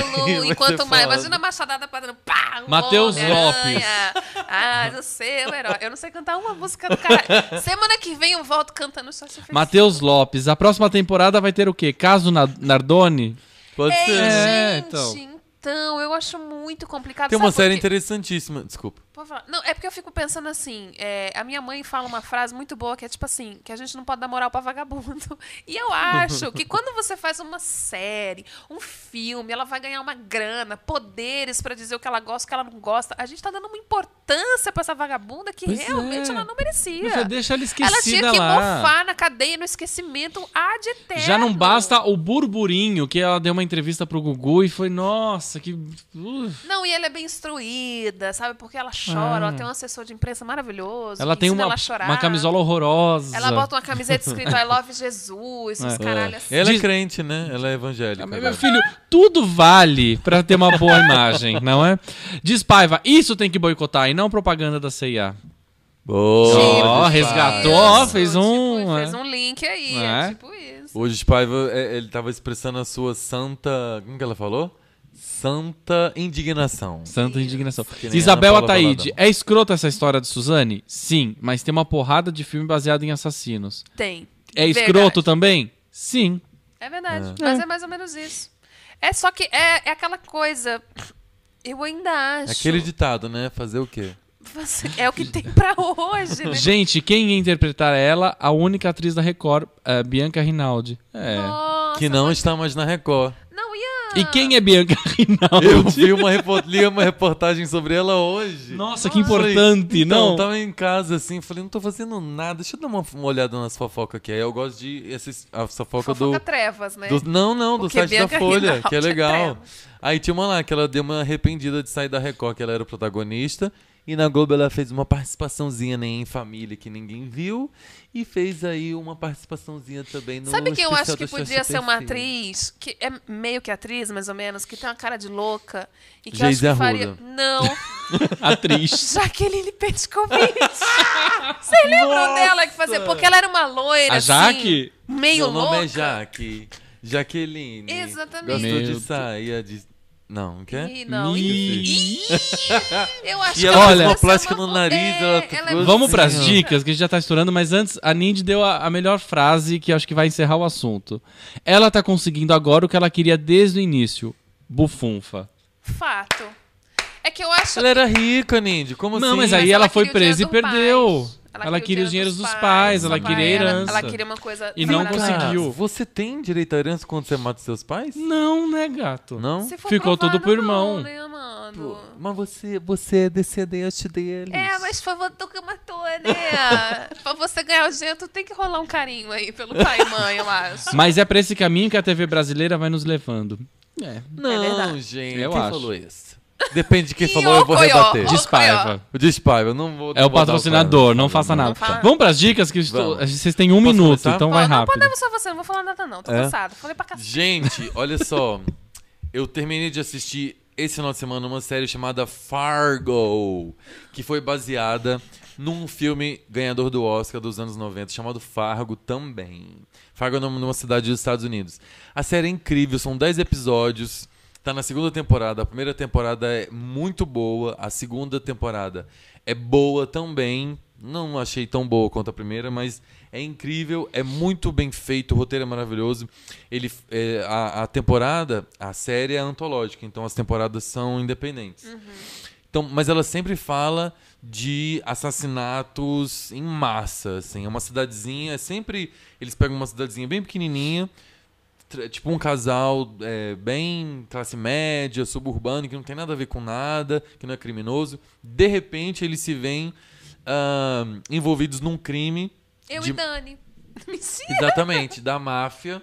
Fecilo, vai enquanto ser mais. foda. Imagina a machadada padrão. Pá! um Mateus Homem-Aranha. Lopes. Ah, o seu herói. Eu não sei cantar uma música do cara. Semana que vem eu volto cantando Sassi Fecilo. Matheus Lopes, a próxima temporada vai ter o quê? Caso Na- Nardoni? Pode Ei, ser. É. gente, então. então. eu acho muito complicado. Tem Sabe uma por série quê? interessantíssima. Desculpa. Pode falar. Não, é porque eu fico pensando assim, é, a minha mãe fala uma frase muito boa que é tipo assim, que a gente não pode dar moral pra vagabundo. E eu acho que quando você faz uma série, um filme, ela vai ganhar uma grana, poderes pra dizer o que ela gosta, o que ela não gosta. A gente tá dando uma importância pra essa vagabunda que Pois realmente é. ela não merecia. Você deixa ela ela tinha esquecida que lá. mofar é, na cadeia, no esquecimento ad eterno. Já não basta o burburinho que ela deu uma entrevista pro Gugu e foi, nossa, que. Uh, Não, e ela é bem instruída, sabe? Porque ela chora, Ah. ela tem um assessor de imprensa maravilhoso. ela que tem ensina uma, ela a chorar. uma camisola horrorosa. Ela bota uma camiseta escrito I love Jesus, uns caralho assim. Ela é Diz- crente, né? Ela é evangélica. Mas, agora. Meu filho, tudo vale pra ter uma boa imagem, não é? Diz Paiva, isso tem que boicotar e não propaganda da CIA. Boa. Ó, isso, resgatou, ó, fez um, Tipo, é. fez um link aí, é. É. tipo isso. Hoje, Paiva, é- ele tava expressando a sua santa. Como que ela falou? Santa indignação. Santa indignação. nem Isabel Ana Paula Ataíde, Valadão. é escrota essa história de Suzane? Sim, mas tem uma porrada de filme baseado em assassinos. Tem. É Verdade. escroto também? Sim. É verdade, mas é mais ou menos isso. É só que é, é aquela coisa. Eu ainda acho. Aquele ditado, né? Fazer o quê? É o que tem pra hoje, né? Gente, quem ia interpretar ela? A única atriz da Record, a Bianca Rinaldi. É. Nossa, que não mas- está mais na Record. Não, e a... E quem é Bianca Rinaldi? Eu vi uma, repo- li uma reportagem sobre ela hoje. Nossa, tá. que Falei, importante, então, não? tava em casa assim, falei, não tô fazendo nada. Deixa eu dar uma, uma olhada nas fofocas aqui. Aí eu gosto de assistir a fofoca, Fofoca do, Trevas, né? do- Não, não, do Porque site Bianca da Folha, Rinaldi que é é legal. treva. Aí tinha uma lá que ela deu uma arrependida de sair da Record, que ela era protagonista. E na Globo ela fez uma participaçãozinha né, em família que ninguém viu. E fez aí uma participaçãozinha também no Sabe quem eu especial acho que da podia ser uma XPC? atriz? Que é meio que atriz, mais ou menos, que tem uma cara de louca. E que eu acho Geise que faria. Arruda. Não. Atriz. Jaqueline Petkovic. Vocês lembram dela que fazia? Porque ela era uma loira, A Jaque? assim, meio Meu nome louca. é Jaque. Jaqueline. Exatamente. Gostou Meu de saia de... Não, não quer? Ih, não. Ih, eu acho E que ela fez devia uma ser plástica no nariz, ela é, ficou assim, é Vamos pras Sim. dicas, que a gente já tá estourando, mas antes a Nindy deu a, a melhor frase que eu acho que vai encerrar o assunto. Ela tá conseguindo agora o que ela queria desde o início. Bufunfa. Fato. É que eu acho... Ela era rica, Nindy. Como Não, assim? mas aí mas ela, foi queria o dinheiro presa e dos perdeu. pais. Ela, queria os dinheiros dos pais, ela do queria pai, ela- herança. Ela queria uma coisa... E não trabalhada. conseguiu. Você tem direito à herança quando você mata seus pais? Não, né, gato? Não? Se for Ficou tudo provado, pro irmão. Não, né, amado? Mas você, você é descendente deles. É, mas foi você que matou, né? pra você ganhar o dinheiro, tu tem que rolar um carinho aí pelo pai e mãe, eu acho. Mas é pra esse caminho que a TV brasileira vai nos levando. É. Não, gente. Eu quem acho. falou isso? Depende de quem Ih, falou, eu vou ô, coió, rebater. ô, Dis- Despaiva. O Despaiva, eu não vou... É não o vou dar patrocinador, cara. não faça nada. fala. Vamos pras dicas que estou- Vamos. vocês têm um Posso minuto, começar? então Pô, vai não rápido. podemos só você, não vou falar nada, não. Tô É? cansada. Falei pra cacete. Gente, olha só. Eu terminei de assistir esse final de semana uma série chamada Fargo, que foi baseada num filme ganhador do Oscar dos anos 90, chamado Fargo também. Fargo é o nome de uma cidade dos Estados Unidos. A série é incrível, são 10 episódios. Tá na segunda temporada. A primeira temporada é muito boa, a segunda temporada é boa também. Não achei tão boa quanto a primeira, mas é incrível, é muito bem feito, o roteiro é maravilhoso. Ele, é, a, a temporada, a série é antológica, então as temporadas são independentes. Então, mas ela sempre fala de assassinatos em massa, assim. É uma cidadezinha, é sempre... Eles pegam uma cidadezinha bem pequenininha, tra- tipo um casal é, bem classe média, suburbano, que não tem nada a ver com nada, que não é criminoso. De repente, eles se veem ah, envolvidos num crime... Eu de- e Dani. Mentira. Exatamente, da máfia.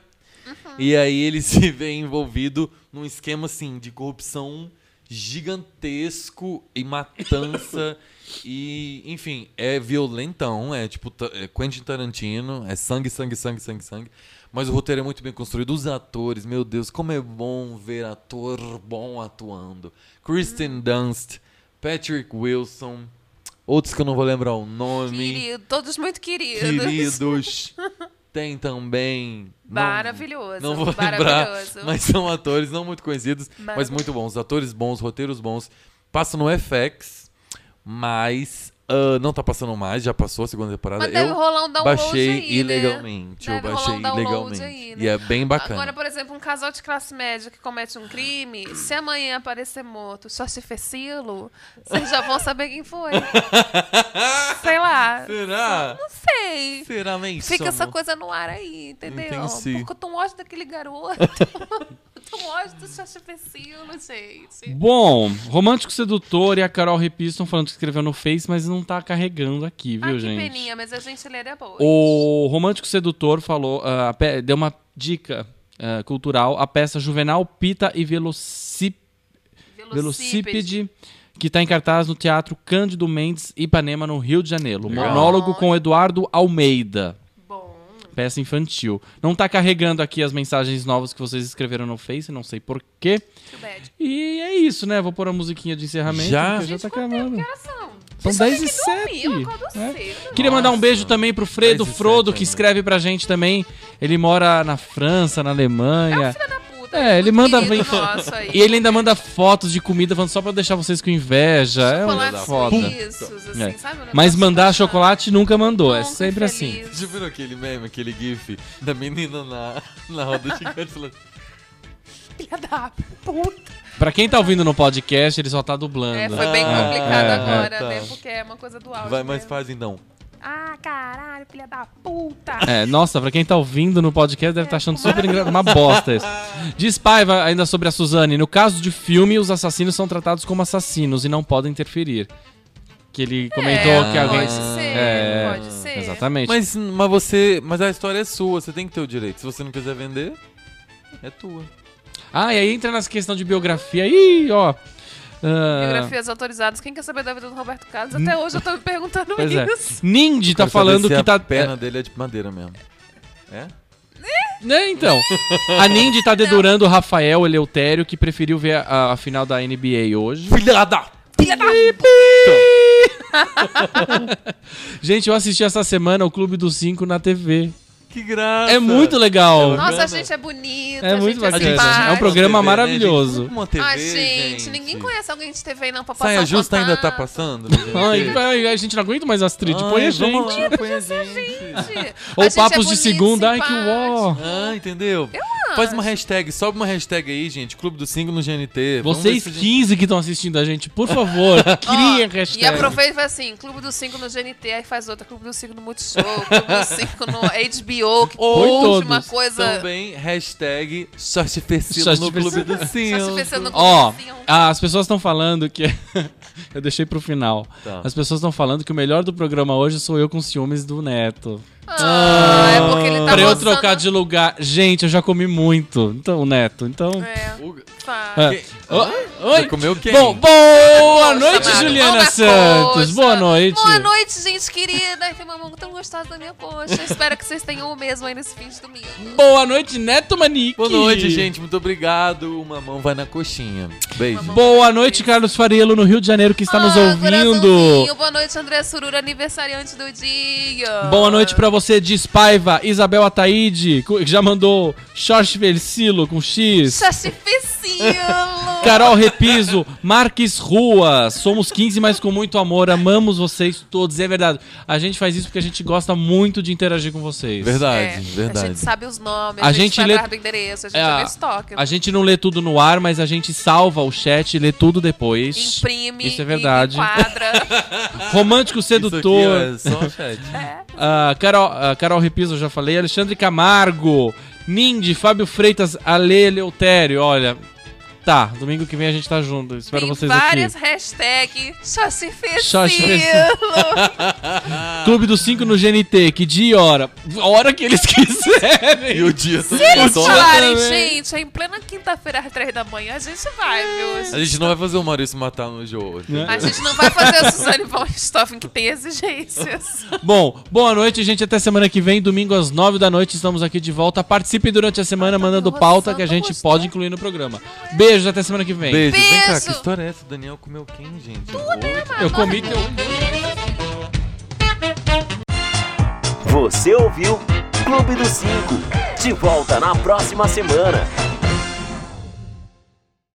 E aí ele se vê envolvido num esquema assim de corrupção gigantesco e matança e enfim é violentão é tipo ta- é Quentin Tarantino é sangue sangue sangue sangue sangue mas o roteiro é muito bem construído os atores meu Deus como é bom ver ator bom atuando Kristen Dunst Patrick Wilson outros que eu não vou lembrar o nome Querido, todos muito queridos. queridos tem também não- Maravilhoso. não vou lembrar, maravilhoso. mas são atores não muito conhecidos, mas Maravilhoso. muito bons. Atores bons, roteiros bons. Passa no FX, mas ah, não tá passando mais, já passou a segunda temporada. Mas deve eu rolar um download baixei aí, né? ilegalmente, Deve eu rolar baixei um download ilegalmente. aí, né? E é bem bacana. Agora, por exemplo, um casal de classe média que comete um crime, se amanhã aparecer morto, só se fecilo, vocês já vão saber quem foi. Sei lá. Será? Não sei. Será mesmo? Fica essa coisa no ar aí, entendeu? Entendi. Porque eu tô um ódio daquele garoto. eu tô um ódio do Chacha Pecilo, gente. Bom, Romântico Sedutor e a Carol Repis estão falando que escreveu no Face, mas não tá carregando aqui, Ah, viu, que gente? peninha, mas a gente lê depois. O Romântico Sedutor falou, ah, pe- deu uma dica ah, cultural, a peça Juvenal Pita e Velocip- Velocípede, que está em cartaz no Teatro Cândido Mendes, Ipanema, no Rio de Janeiro. Legal. Monólogo com Eduardo Almeida, Bom. peça infantil. Não está carregando aqui as mensagens novas que vocês escreveram no Face, não sei porquê. Too bad. E é isso, né? Vou pôr a musiquinha de encerramento, Já? porque já Gente, tá quanto tempo acabando. que horas são? São Deixa eu 10 ter e que dormir, 7. Eu acordo cedo. Queria mandar um beijo também pro Fredo 10 e Frodo, 7 que ainda. escreve pra gente também. Ele mora na França, na É um Alemanha. filho da puta. É, ele muito manda. querido nosso aí. E ele ainda manda fotos de comida falando só pra deixar vocês com inveja. É uma Chocolates foda. suíços, assim, É. sabe? Um negócio Mas mandar bacana. chocolate nunca mandou. É Nunca sempre assim. infeliz. Já viram aquele meme, aquele gif da menina na, na roda gigante falando... Filha da puta. Pra quem tá ouvindo no podcast, ele só tá dublando. É, foi bem Ah, complicado é, agora, é, né? tá. Porque é uma coisa do áudio. Vai mais né? fácil então. Ah, caralho, filha da puta. É, nossa, pra quem tá ouvindo no podcast deve estar achando super engra... uma bosta isso. Diz Paiva ainda sobre a Suzane. No caso de filme, os assassinos são tratados como assassinos e não podem interferir. Que ele comentou que alguém. Pode ser, É, pode ser. Exatamente. Mas, mas você. Mas a história é sua, você tem que ter o direito. Se você não quiser vender, é tua. Ah, e aí entra nessa questão de biografia. Ih, ó. Ah, Biografias autorizadas. Quem quer saber da vida do Roberto Carlos? Até hoje eu tô me perguntando Pois é. isso. Nindy tá Quero saber falando se que a tá. perna dele é de madeira mesmo. É? Né, então. A Nindy tá dedurando o Rafael Eleutério, que preferiu ver a, a final da NBA hoje. Filha da! Filha da Gente, eu assisti essa semana o Clube dos Cinco na TV. Que graça! É muito legal. Nossa, a Programa. gente é bonita, É a muito gente é bacana. simpática. É um Uma programa né, maravilhoso. gente? Uma TV, Ah, gente, ninguém conhece alguém de TV não pra passar Saia o Justa ainda tá contato. passando? Ai, ai, a gente não aguenta mais Astrid. Põe a gente. Vamos lá, põe a gente. Gente, a Ou gente é papos de bonito, segunda. Ai, que uó. simpático. Ah, entendeu? Faz uma hashtag, sobe uma hashtag aí, gente. Clube do Single no GNT. Vamos ver Vocês se a gente- 15 que estão assistindo a gente, por favor, criem Ó, hashtag. E aproveita e faz assim, Clube dos 5 no GNT, aí faz outra, Clube dos 5 no Multishow, Clube dos 5 no HBO, que Ou ou uma todos, coisa... Também hashtag Sorte Fecilo Sorte no Clube Fecilo. do Só se Single. pensando no assim, Ó, Clube dos Cinco. as pessoas estão falando que. eu deixei pro final. Tá. As pessoas estão falando que o melhor do programa hoje sou eu com ciúmes do neto. Ah, é porque ele tá pra eu mostrando- trocar de lugar. Gente, eu já comi muito. Então, neto, então. É, tá. Ah. Quem- Oh, Você oi? comeu quem? Bom, boa Poxa, noite, Mário, Juliana mão na Santos. coxa. Boa noite. Boa noite, gente querida. Ai, Tem uma mão tão gostosa na minha coxa. Espero que vocês tenham o mesmo aí nesse fim de domingo. Boa noite, Neto Manique. Boa noite, gente. Muito obrigado. Uma mão vai na coxinha. Beijo. Boa noite, Carlos Fariello, no Rio de Janeiro, que está nos Ah, ouvindo. coraçãozinho. Boa noite, André Surura, aniversariante do dia. Boa noite pra você, Diz Paiva, Isabel Ataíde, cu- que já mandou Jorge Versilo com X. Tá Chachificilo. Carol Repiso, Marques Rua, somos 15, mas com muito amor, amamos vocês todos, é verdade. A gente faz isso porque a gente gosta muito de interagir com vocês. Verdade, É, A verdade. gente sabe os nomes, A a, gente gente, vai lê- atrás do endereço, a gente É, vê estoque. A gente não lê tudo no ar, mas a gente salva o chat e lê tudo depois. Imprime, Isso é verdade. enquadra. Romântico Sedutor. Isso aqui, ó, é só chat. Ah, Carol, ah, Carol Repiso, eu já falei. Alexandre Camargo, Nindy, Fábio Freitas, Ale Eleutério. Olha, tá, domingo que vem a gente tá junto. Espero Tem vocês várias aqui. hashtags. Só se fez Só se fez- Ah. Clube do 5 no GNT, que dia e hora? Hora que eles quiserem. E o dia todo Eles só- falarem, também. gente, é em plena quinta-feira às três da manhã, a gente vai, A viu? gente não vai fazer o Maurício matar no jogo hoje. Né? A gente não vai fazer a Suzane von Richthofen que tem exigências. Bom, boa noite, gente. Até semana que vem, domingo às 9 da noite, estamos aqui de volta. Participem durante a Ah, tá semana, mandando tô pauta gostando, que a tô gente gostando. pode incluir no programa. Beijo, até semana que vem. Beijo. Vem cá, Beijo. que história é essa? O Daniel comeu quem, gente? Hoje? Eu comi teu. Você ouviu Clube do 5. De volta na próxima semana.